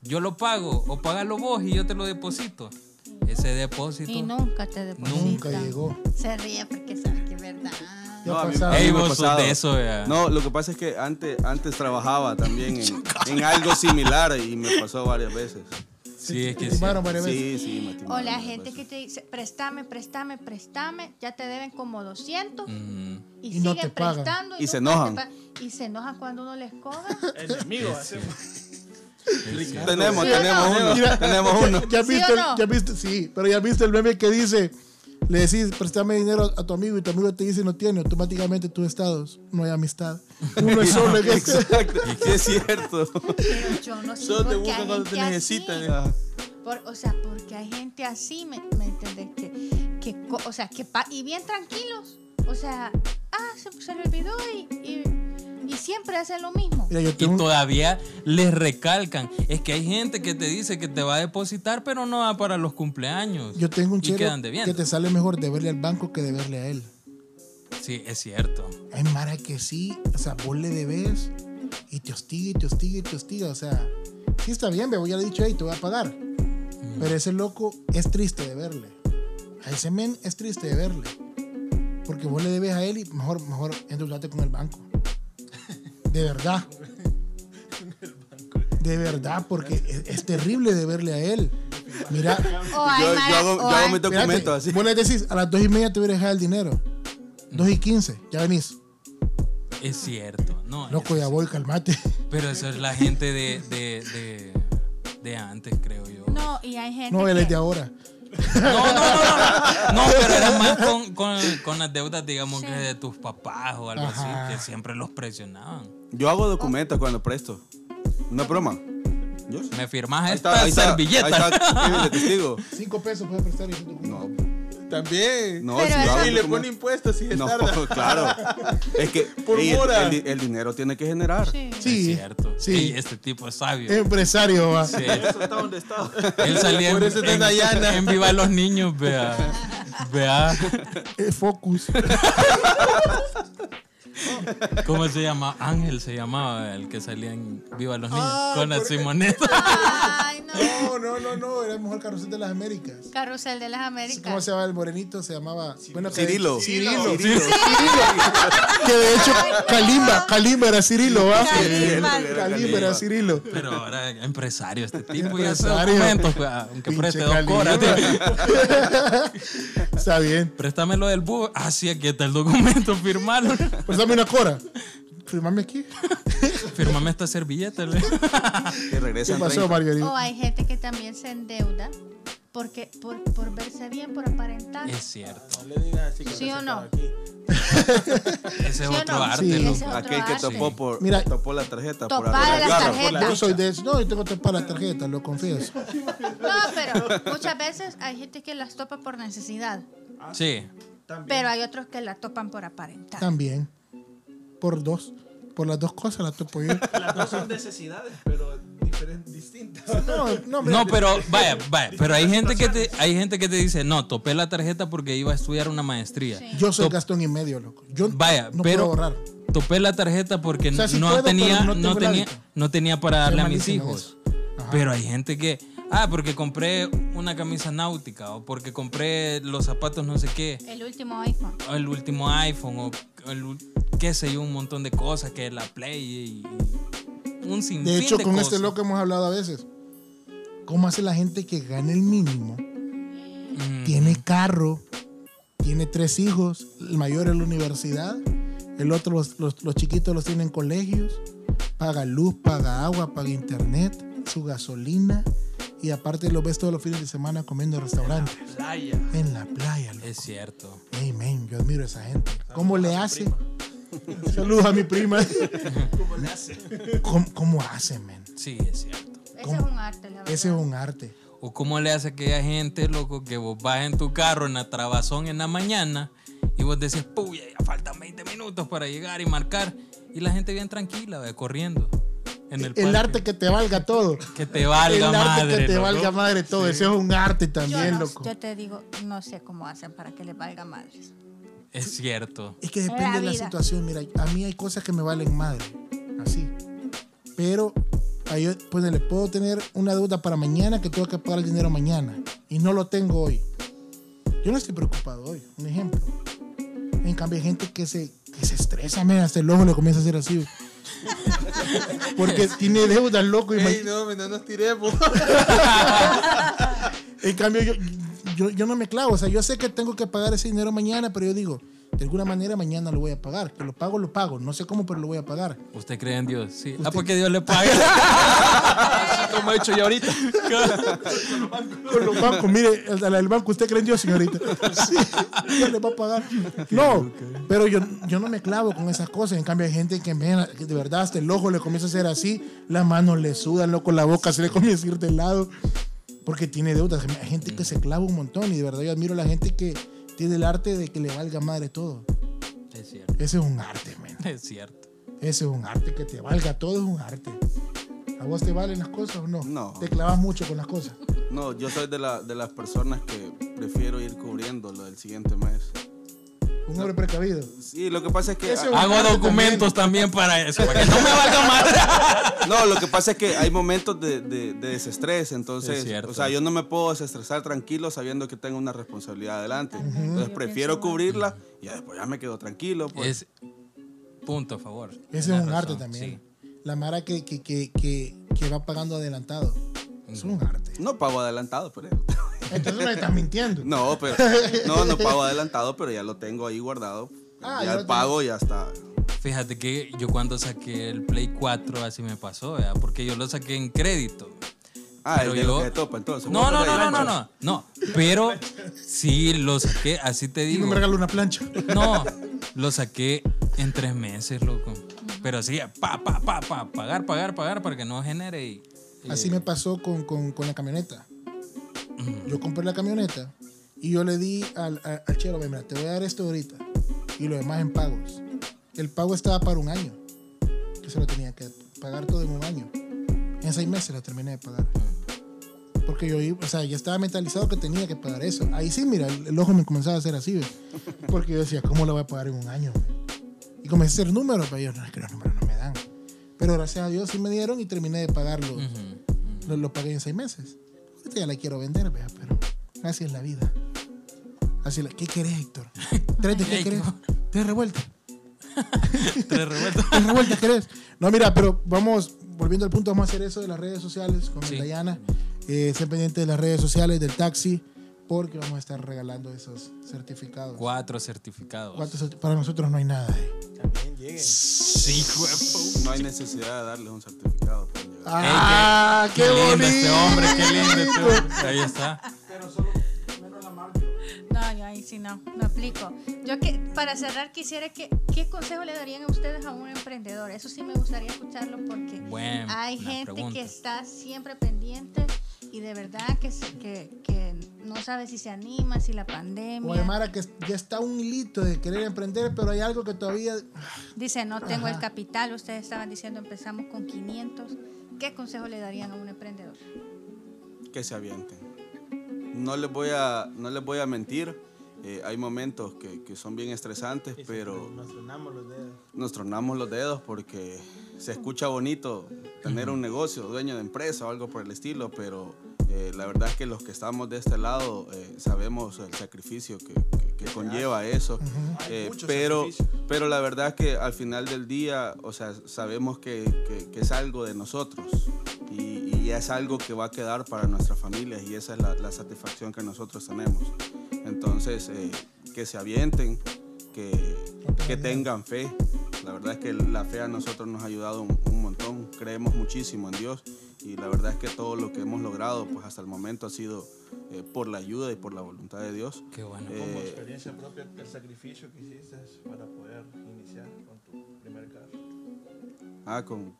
A: yo lo pago, o pagalo vos y yo te lo deposito. Ese depósito.
C: Y nunca te depositan.
B: Nunca llegó.
C: Se ríe porque sabe que es verdad.
B: Ya
F: No, a mí-
B: pasaba.
F: a mí
A: Ey,
F: me ha
A: vos sos
F: pasado.
A: de eso, vea.
F: No, lo que pasa es que antes, antes trabajaba también en, en algo similar y me pasó varias veces.
A: Sí, es que sí.
B: Estimaron varias veces.
F: Sí, sí, me
C: O
F: timaron
C: la
F: varias
C: gente que
F: veces.
C: te dice, préstame, préstame, préstame, ya te deben como 200
A: Mm,
C: y,
B: Y no te
C: siguen
B: pagan.
C: prestando.
F: Y se
C: nunca te
F: enojan.
C: pa- Y se enojan cuando uno les cobra.
G: Enemigo, ese.
F: Tenemos,
C: ¿Sí o no?
F: tenemos uno,
B: Mira,
F: tenemos uno.
B: Ya
C: ¿Sí
B: viste,
C: o
B: el-
C: no?
B: ya viste, sí, pero ya viste el meme que dice, le decís, préstame dinero a tu amigo y tu amigo te dice no tiene, automáticamente tú estados, no hay amistad. Uno es solo en eso.
F: Exacto, sí es cierto.
C: Pero yo no sé
E: Solo te
C: por qué
E: buscan
C: hay
E: cuando te
C: gente así.
E: necesitan.
C: Por- o sea, porque hay gente así, ¿me, me entendés? Que, que co- o sea, que pa- y bien tranquilos. O sea, ah, se, se le olvidó y, y- y siempre hacen lo mismo.
B: Mira, yo
A: Y
B: tengo un-
A: todavía les recalcan. Es que hay gente que te dice que te va a depositar, pero no va para los cumpleaños.
B: yo tengo un
A: y
B: chero
A: quedan
B: que
A: debiendo.
B: te sale mejor deberle al banco que deberle a él.
A: Sí, es cierto.
B: Hay mara que sí, o sea, vos le debes y te hostiga y te hostiga y te hostiga, o sea, sí está bien, bebo, ya le he dicho, hey, te voy a pagar. Pero ese loco es triste de verle. A ese men es triste de verle. Porque vos le debes a él y mejor, mejor endeudate con el banco. De verdad. De verdad, porque es, es terrible de verle a él. Mira,
C: O hay
F: Yo, yo
C: mala-
F: hago,
C: o
F: yo hago
C: hay-
F: mis documentos así.
B: espérate, vos le decís, a las dos y media te voy a dejar el dinero. Dos y quince, ya venís.
A: Es cierto. No,
B: Loco,
A: es-
B: pues, ya voy, calmate.
A: Pero eso es la gente de, de, de, de antes, creo yo. No,
C: No, y hay gente.
B: No, él es
C: que-
B: de ahora.
A: no, no, no. No, pero era más con, con, con las deudas, digamos,
C: Sí.
A: que de tus papás o algo
B: Ajá.
A: así, que siempre los presionaban.
F: Yo hago documentos cuando presto. No es broma. Yo sí.
A: Me firmas
F: Ahí
A: esta
F: ahí
A: servilleta.
F: Ahí está, es el testigo.
B: Cinco pesos puedes prestar y yo te compro.
F: No,
E: También.
F: no,
C: Pero
F: si yo
C: eso-
F: hago
E: y le
F: documentos-
E: pone impuestos si es
F: No,
E: tarda.
F: claro. Es que
E: Por
F: ey, el-
E: mora.
F: el, el dinero tiene que generar.
C: Sí.
B: Sí,
A: es cierto.
B: sí. Eh,
A: Ey, este tipo es sabio.
B: Empresario, va.
A: Sí.
G: Eso está donde está.
A: Él salía en,
E: Por eso está
A: en-
E: Dayana.
A: en Viva los Niños, vea. Vea.
B: Eh, Focus.
A: ¿Cómo se llama? Ángel se llamaba el que salía en Viva los Niños con la Simoneta.
C: Ay, no.
B: No, no, no, no. Era el mejor carrusel de las Américas.
C: Carrusel de las
B: ¿Cómo
C: Américas.
B: se llamaba el morenito? Se llamaba. Bueno, que-
F: Cirilo.
B: Cirilo.
F: Cirilo.
B: Que de hecho, Kalimba. Kalimba era Cirilo, va.
C: Calimba.
B: Kalimba era Cirilo.
A: Pero ahora empresario este tipo y hace
B: Empresario.
A: documentos, pues, aunque
B: Pinche
A: preste dos
B: Kalimba.
A: coras. tío.
B: Está bien.
A: Préstame lo del bus. Ah, sí, aquí está el documento, firmalo.
B: Pues dame una cora. Firmame aquí.
A: Firmame esta servilleta. le.
F: Y
B: ¿Qué
F: regresan
B: pasó,
F: 30.
C: O
B: Margarita?
C: hay gente que también se endeuda porque, por, por verse bien, por aparentar.
A: es cierto.
E: No le digas así que
C: ¿Sí
E: no
C: o
E: se
C: no?
E: acaba aquí.
A: Ese es
C: ¿Sí o
A: otro
C: no?
A: arte.
B: Sí.
A: loco.
C: Ese es otro
F: Aquel que
C: arte.
F: topó, por,
B: Mira.
F: topó la tarjeta. por
C: Topada
F: arriba del
C: la
F: carro.
C: tarjeta.
B: Yo soy de eso. No, yo tengo que para la tarjeta, lo confieso.
C: No, pero muchas veces hay gente que las topa por necesidad,
A: Sí.
C: pero hay otros que la topan por aparentar.
B: También. Por dos. Por las dos cosas la topo yo.
G: Las dos son necesidades, pero diferentes, distintas.
B: No, no, mira,
A: No, pues, pero vaya, vaya. Pero hay gente que te, hay gente que te dice, no, topé la tarjeta porque iba a estudiar una maestría.
C: Sí.
B: Yo soy
A: Top.
B: Gastón y medio, loco. Yo
A: Vaya,
B: no
A: pero
B: puedo ahorrar.
A: topé la tarjeta porque
B: sea, sí
A: no
B: puedo,
A: tenía,
B: pero no
A: no,
B: tengo el
A: tenía,
B: hábito.
A: no tenía para darle a mis
B: malísimo en
A: hijos.
B: eso. Ajá.
A: Pero hay gente que, ah, porque compré una camisa náutica o porque compré los zapatos no sé qué.
C: El último iPhone.
A: o el último iPhone o el ul- qué sé yo, un montón de cosas que es la Play y, y un sinfín
B: De hecho,
A: de
B: con
A: cosas.
B: este loco hemos hablado a veces. ¿Cómo hace la gente que gana el mínimo?
A: Mm,
B: Tiene carro, tiene tres hijos, el mayor en la universidad, el otro, los, los- los chiquitos los tienen en colegios, paga luz, paga agua, paga internet, su gasolina y aparte lo ves todos los fines de semana comiendo en restaurantes.
G: Playa.
B: En la playa. loco.
A: Es cierto.
B: Hey, man, yo admiro a esa gente. ¿Cómo le hace? Saludos a mi prima.
G: ¿Cómo le hace?
B: ¿Cómo, cómo hace, man?
A: Sí, es cierto.
C: Ese es
B: ¿Cómo?
C: un arte, la verdad.
B: Ese es un arte.
A: O cómo le hace a aquella gente, loco, que vos vas en tu carro en la trabazón en la mañana y vos decís, puya, ya faltan 20 minutos para llegar y marcar. Y la gente bien tranquila, ve, corriendo. En el,
B: El, arte que te valga todo.
A: Que te valga
B: El arte
A: madre.
B: que te
A: loco.
B: valga madre todo. Ese es un arte también,
C: yo, no-
B: loco.
C: yo te digo, no sé cómo hacen para que les valga madres.
A: Es cierto.
B: Es que
C: la
B: depende de la
C: vida.
B: situación. Mira, a mí hay cosas que me valen madre. Así. Pero ahí, pues, le puedo tener una deuda para mañana que tengo que pagar el dinero mañana. Y no lo tengo hoy. Yo no estoy preocupado hoy. Un ejemplo. En cambio, hay gente que se, que se estresa, me hasta el ojo le comienza a hacer así. Porque tiene deudas, loco. y ma-
E: Ey, no, me- no nos tiremos.
B: En cambio, yo, yo, yo no me clavo. O sea, yo sé que tengo que pagar ese dinero mañana, pero yo digo, de alguna manera mañana lo voy a pagar. Que lo pago, lo pago. No sé cómo, pero lo voy a pagar.
A: ¿Usted cree en Dios? Sí. Ah,
B: Usted-
A: porque Dios le paga.
G: Como he hecho yo ahorita.
B: Con los bancos, mire, el, el banco, ¿usted cree en Dios, señorita? Sí, Dios le va a pagar. No, pero yo, yo no me clavo con esas cosas. En cambio, hay gente que, mira, que de verdad hasta el ojo le comienza a hacer así, las manos le sudan, loco, la boca se le comienza a ir de lado, porque tiene deudas. Hay gente que se clava un montón y de verdad yo admiro a la gente que tiene el arte de que le valga madre todo.
A: es cierto.
B: Ese es un arte, men.
A: Es cierto.
B: Ese es un arte que te valga todo, es un arte. ¿A vos te valen las cosas o no?
F: No.
B: Te clavas mucho con las cosas.
F: No, yo soy de, la, de las personas que prefiero ir cubriendo lo del siguiente mes.
B: Un hombre precavido.
F: Sí, lo que pasa es que...
B: Ese-
A: Hago
B: Claro,
A: documentos también para eso. Para que no me valga madre.
F: No, lo que pasa es que hay momentos de, de- de desestrés,
A: Es
F: entonces,
A: cierto.
F: o sea, yo no me puedo desestresar tranquilo sabiendo que tengo una responsabilidad adelante. Entonces prefiero cubrirla y ya después ya me quedo tranquilo. Pues.
A: Es punto a favor.
B: Ese es
A: Tenés
B: un arte
A: razón,
B: también.
A: sí.
B: La mara que, que, que, que, que va pagando adelantado. Es un arte.
F: No pago adelantado, pero...
B: Entonces me estás mintiendo.
F: No, pero... No, no pago adelantado, pero ya lo tengo ahí guardado.
B: Ah, ya
F: ya
B: lo
F: el pago ya está.
A: Fíjate que yo cuando saqué el Play 4 así me pasó, ¿verdad? Porque yo lo saqué en crédito.
F: Ah,
A: Pero
F: el de
A: yo-
F: lo que topa, entonces. pues,
A: No, no, no, no, no,
F: Bueno,
A: no. No, pero sí lo saqué, así te
B: Y
A: digo.
B: me regaló una plancha.
A: No, lo saqué en tres meses, loco. Pero sí, pa, pa, pa, pa, pagar, pagar, pagar para que no genere y... y-
B: Así me pasó con, con, con la camioneta. Yo compré la camioneta y yo le di al, al, al chero, mira, te voy a dar esto ahorita y lo demás en pagos. El pago estaba para un año, que se lo tenía que pagar todo en un año. En seis meses lo terminé de pagar. Porque yo, iba- o sea, ya estaba mentalizado que tenía que pagar eso. Ahí sí, mira, el, el ojo me comenzaba a hacer así, ve. porque yo decía, ¿cómo lo voy a pagar en un año? ve? Y comencé a hacer números, pero yo, no, es que los números no me dan. Pero gracias a Dios sí me dieron y terminé de pagarlo. Lo, lo pagué en seis meses. Ahorita ya la quiero vender, vea, pero así es la vida. Así es la... ¿Qué querés, Héctor? ¿Tres de qué querés? ¿Tres revueltas?
A: Tres revueltos.
B: ¿Tres revueltas querés? No, mira, pero vamos, volviendo al punto, vamos a hacer eso de las redes sociales con
A: Sí.
B: Dayana. Eh, estén pendientes de las redes sociales, del taxi, porque vamos a estar regalando esos certificados.
A: Cuatro certificados.
B: Cuatro certi- Para nosotros no hay nada. eh.
E: También lleguen.
A: Sí, güey.
F: No hay necesidad de darles un certificado. pues, ya.
B: ¡Ah, qué,
A: lindo
B: bonito!
A: este hombre, qué lindo este hombre. Ahí está.
C: No, yo ahí sí no, no aplico. Yo que para cerrar quisiera que, ¿qué consejo le darían a ustedes a un emprendedor? Eso sí me gustaría escucharlo porque
A: Buena
C: hay gente
A: pregunta.
C: que está siempre pendiente y de verdad que, se- que, que no sabe si se anima, si la pandemia.
B: O hay Mara que ya está un hilito de querer emprender, pero hay algo que todavía
C: Dice, no tengo el capital, ustedes estaban diciendo empezamos con 500. ¿Qué consejo le darían a un emprendedor?
F: que se avienten. No les voy a, no les voy a mentir, eh, hay momentos que, que son bien estresantes, pero
E: Nos tronamos los dedos.
F: nos tronamos los dedos porque se escucha bonito tener un negocio, dueño de empresa o algo por el estilo, pero eh, la verdad es que los que estamos de este lado eh, sabemos el sacrificio que, que- que conlleva eso. Eh,
G: mucho
F: pero,
G: sacrificio.
F: pero la verdad es que al final del día, o sea, sabemos que, que- que es algo de nosotros y, y es algo que va a quedar para nuestras familias y esa es la, la satisfacción que nosotros tenemos. Entonces, eh, que se avienten, que, que tengan fe, La verdad es que la fe a nosotros nos ha ayudado un, un montón. Creemos muchísimo en Dios y la verdad es que todo lo que hemos logrado, pues hasta el momento ha sido eh, por la ayuda y por la voluntad de Dios.
A: Qué bueno.
F: Eh,
G: Como experiencia propia, el sacrificio que hiciste para poder iniciar con tu primer carro.
F: ah, con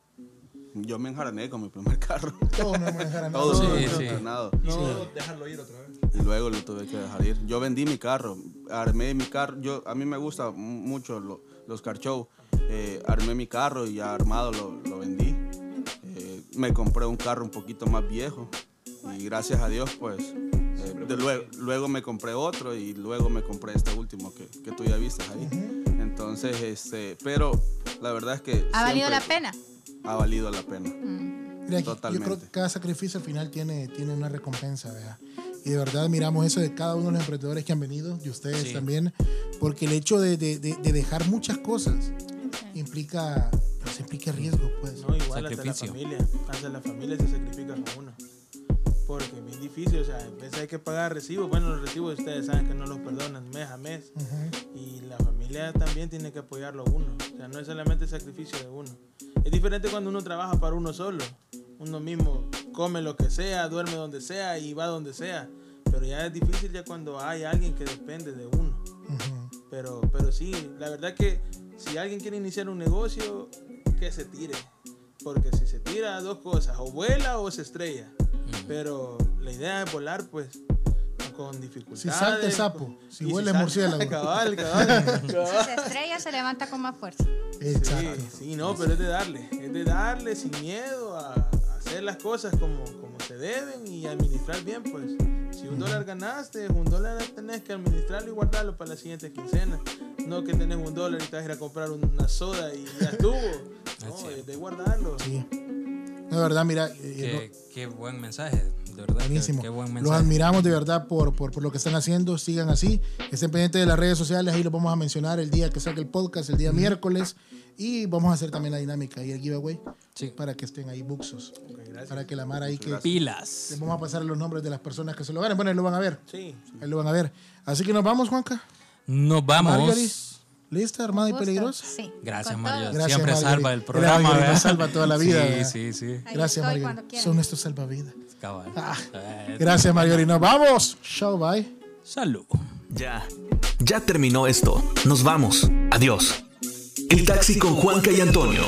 F: yo me enjarané con mi primer carro.
B: Todos nos hemos enjaranado.
F: Todo
A: Sí,
F: fue
A: sí.
F: entrenado.
G: No, dejarlo ir otra vez.
F: y luego lo tuve que dejar ir. Yo vendí mi carro, armé mi carro. Yo, a mí me gustan mucho lo- los car show. Eh, armé mi carro y ya armado lo, lo vendí. Eh, me compré un carro un poquito más viejo y gracias a Dios, pues, eh, de luego, luego me compré otro y luego me compré este último que, que tú ya viste ahí. Entonces, este, pero la verdad es que...
C: ¿Ha valido la
F: siempre
C: pena?
F: Ha valido la pena.
B: Mira, yo-
F: Totalmente.
B: Yo creo que cada sacrificio al final tiene, tiene una recompensa, vea. Y de verdad miramos eso de cada uno de los emprendedores que han venido, de ustedes
A: Sí.
B: también, porque el hecho de, de- de- de dejar muchas cosas implica, pues, implica riesgo, pues.
E: No, igual
A: Sacrificio.
E: hasta la familia. Hasta la familia se sacrifica con uno. Porque es bien difícil, o sea, a veces hay que pagar recibos. Bueno, los recibos ustedes saben que no los perdonan mes a mes.
B: Ujú.
E: Y la familia también tiene que apoyarlo a uno. O sea, no es solamente el sacrificio de uno. Es diferente cuando uno trabaja para uno solo. Uno mismo come lo que sea, duerme donde sea y va donde sea. Pero ya es difícil ya cuando hay alguien que depende de uno. Pero, pero sí, la verdad que si alguien quiere iniciar un negocio, que se tire. Porque si se tira, dos cosas, o vuela o se estrella. Pero la idea es volar, pues, con dificultades.
B: Si salta es sapo,
E: con-
B: si
E: y
B: vuela es
E: salta-
B: murciélago.
E: Cabal, cabal. cabal.
C: Si se estrella, se levanta con más fuerza.
B: Exacto.
E: Sí, sí, no, pero es de darle, es de darle sin miedo a, a hacer las cosas como, como se deben y administrar bien, pues. Si un dólar ganaste, un dólar tenés que administrarlo y guardarlo para la siguiente quincena. No que tenés un dólar y te vas a ir a comprar una soda y ya estuvo. No, es de guardarlo.
B: Sí. De verdad, mira, eh,
A: Qué,
B: eh,
A: qué buen mensaje, de verdad. qué-
B: buenísimo.
A: Qué, buen
B: los
A: mensaje.
B: admiramos de verdad por, por, por lo que están haciendo. Sigan así. Estén pendientes de las redes sociales. Ahí los vamos a mencionar el día que saque el podcast, el día miércoles. Y vamos a hacer también la dinámica y el giveaway
A: Sí.
B: para que estén ahí buxos.
E: gracias.
B: para que la Mara ahí que. Les
A: Pilas.
B: vamos a pasar los nombres de las personas que se lo ganen. Bueno, ahí lo van a ver.
E: Sí.
B: Ahí lo van a ver. Así que nos vamos, Juanca.
A: Nos vamos.
B: Marjorie, ¿lista, armada y
C: Gusto.
B: peligrosa?
C: Sí.
A: Gracias,
C: con
A: Mario.
C: todo.
B: Gracias,
A: Siempre
B: Marjorie.
A: salva el
B: Gracias,
A: programa.
B: Marjorie,
A: ¿verdad?
B: nos salva toda la vida,
A: Sí,
B: ¿verdad?
A: sí, sí.
C: Ahí
B: Gracias,
C: estoy
B: Marjorie.
C: cuando quieran.
B: Son estos salvavidas.
A: Cabal.
B: Ah.
A: Eh,
B: Gracias, Marjorie. Nos vamos. Chao, bye.
A: Salud.
D: Ya. Ya terminó esto. Nos vamos. Adiós. El taxi con Juanca y Antonio.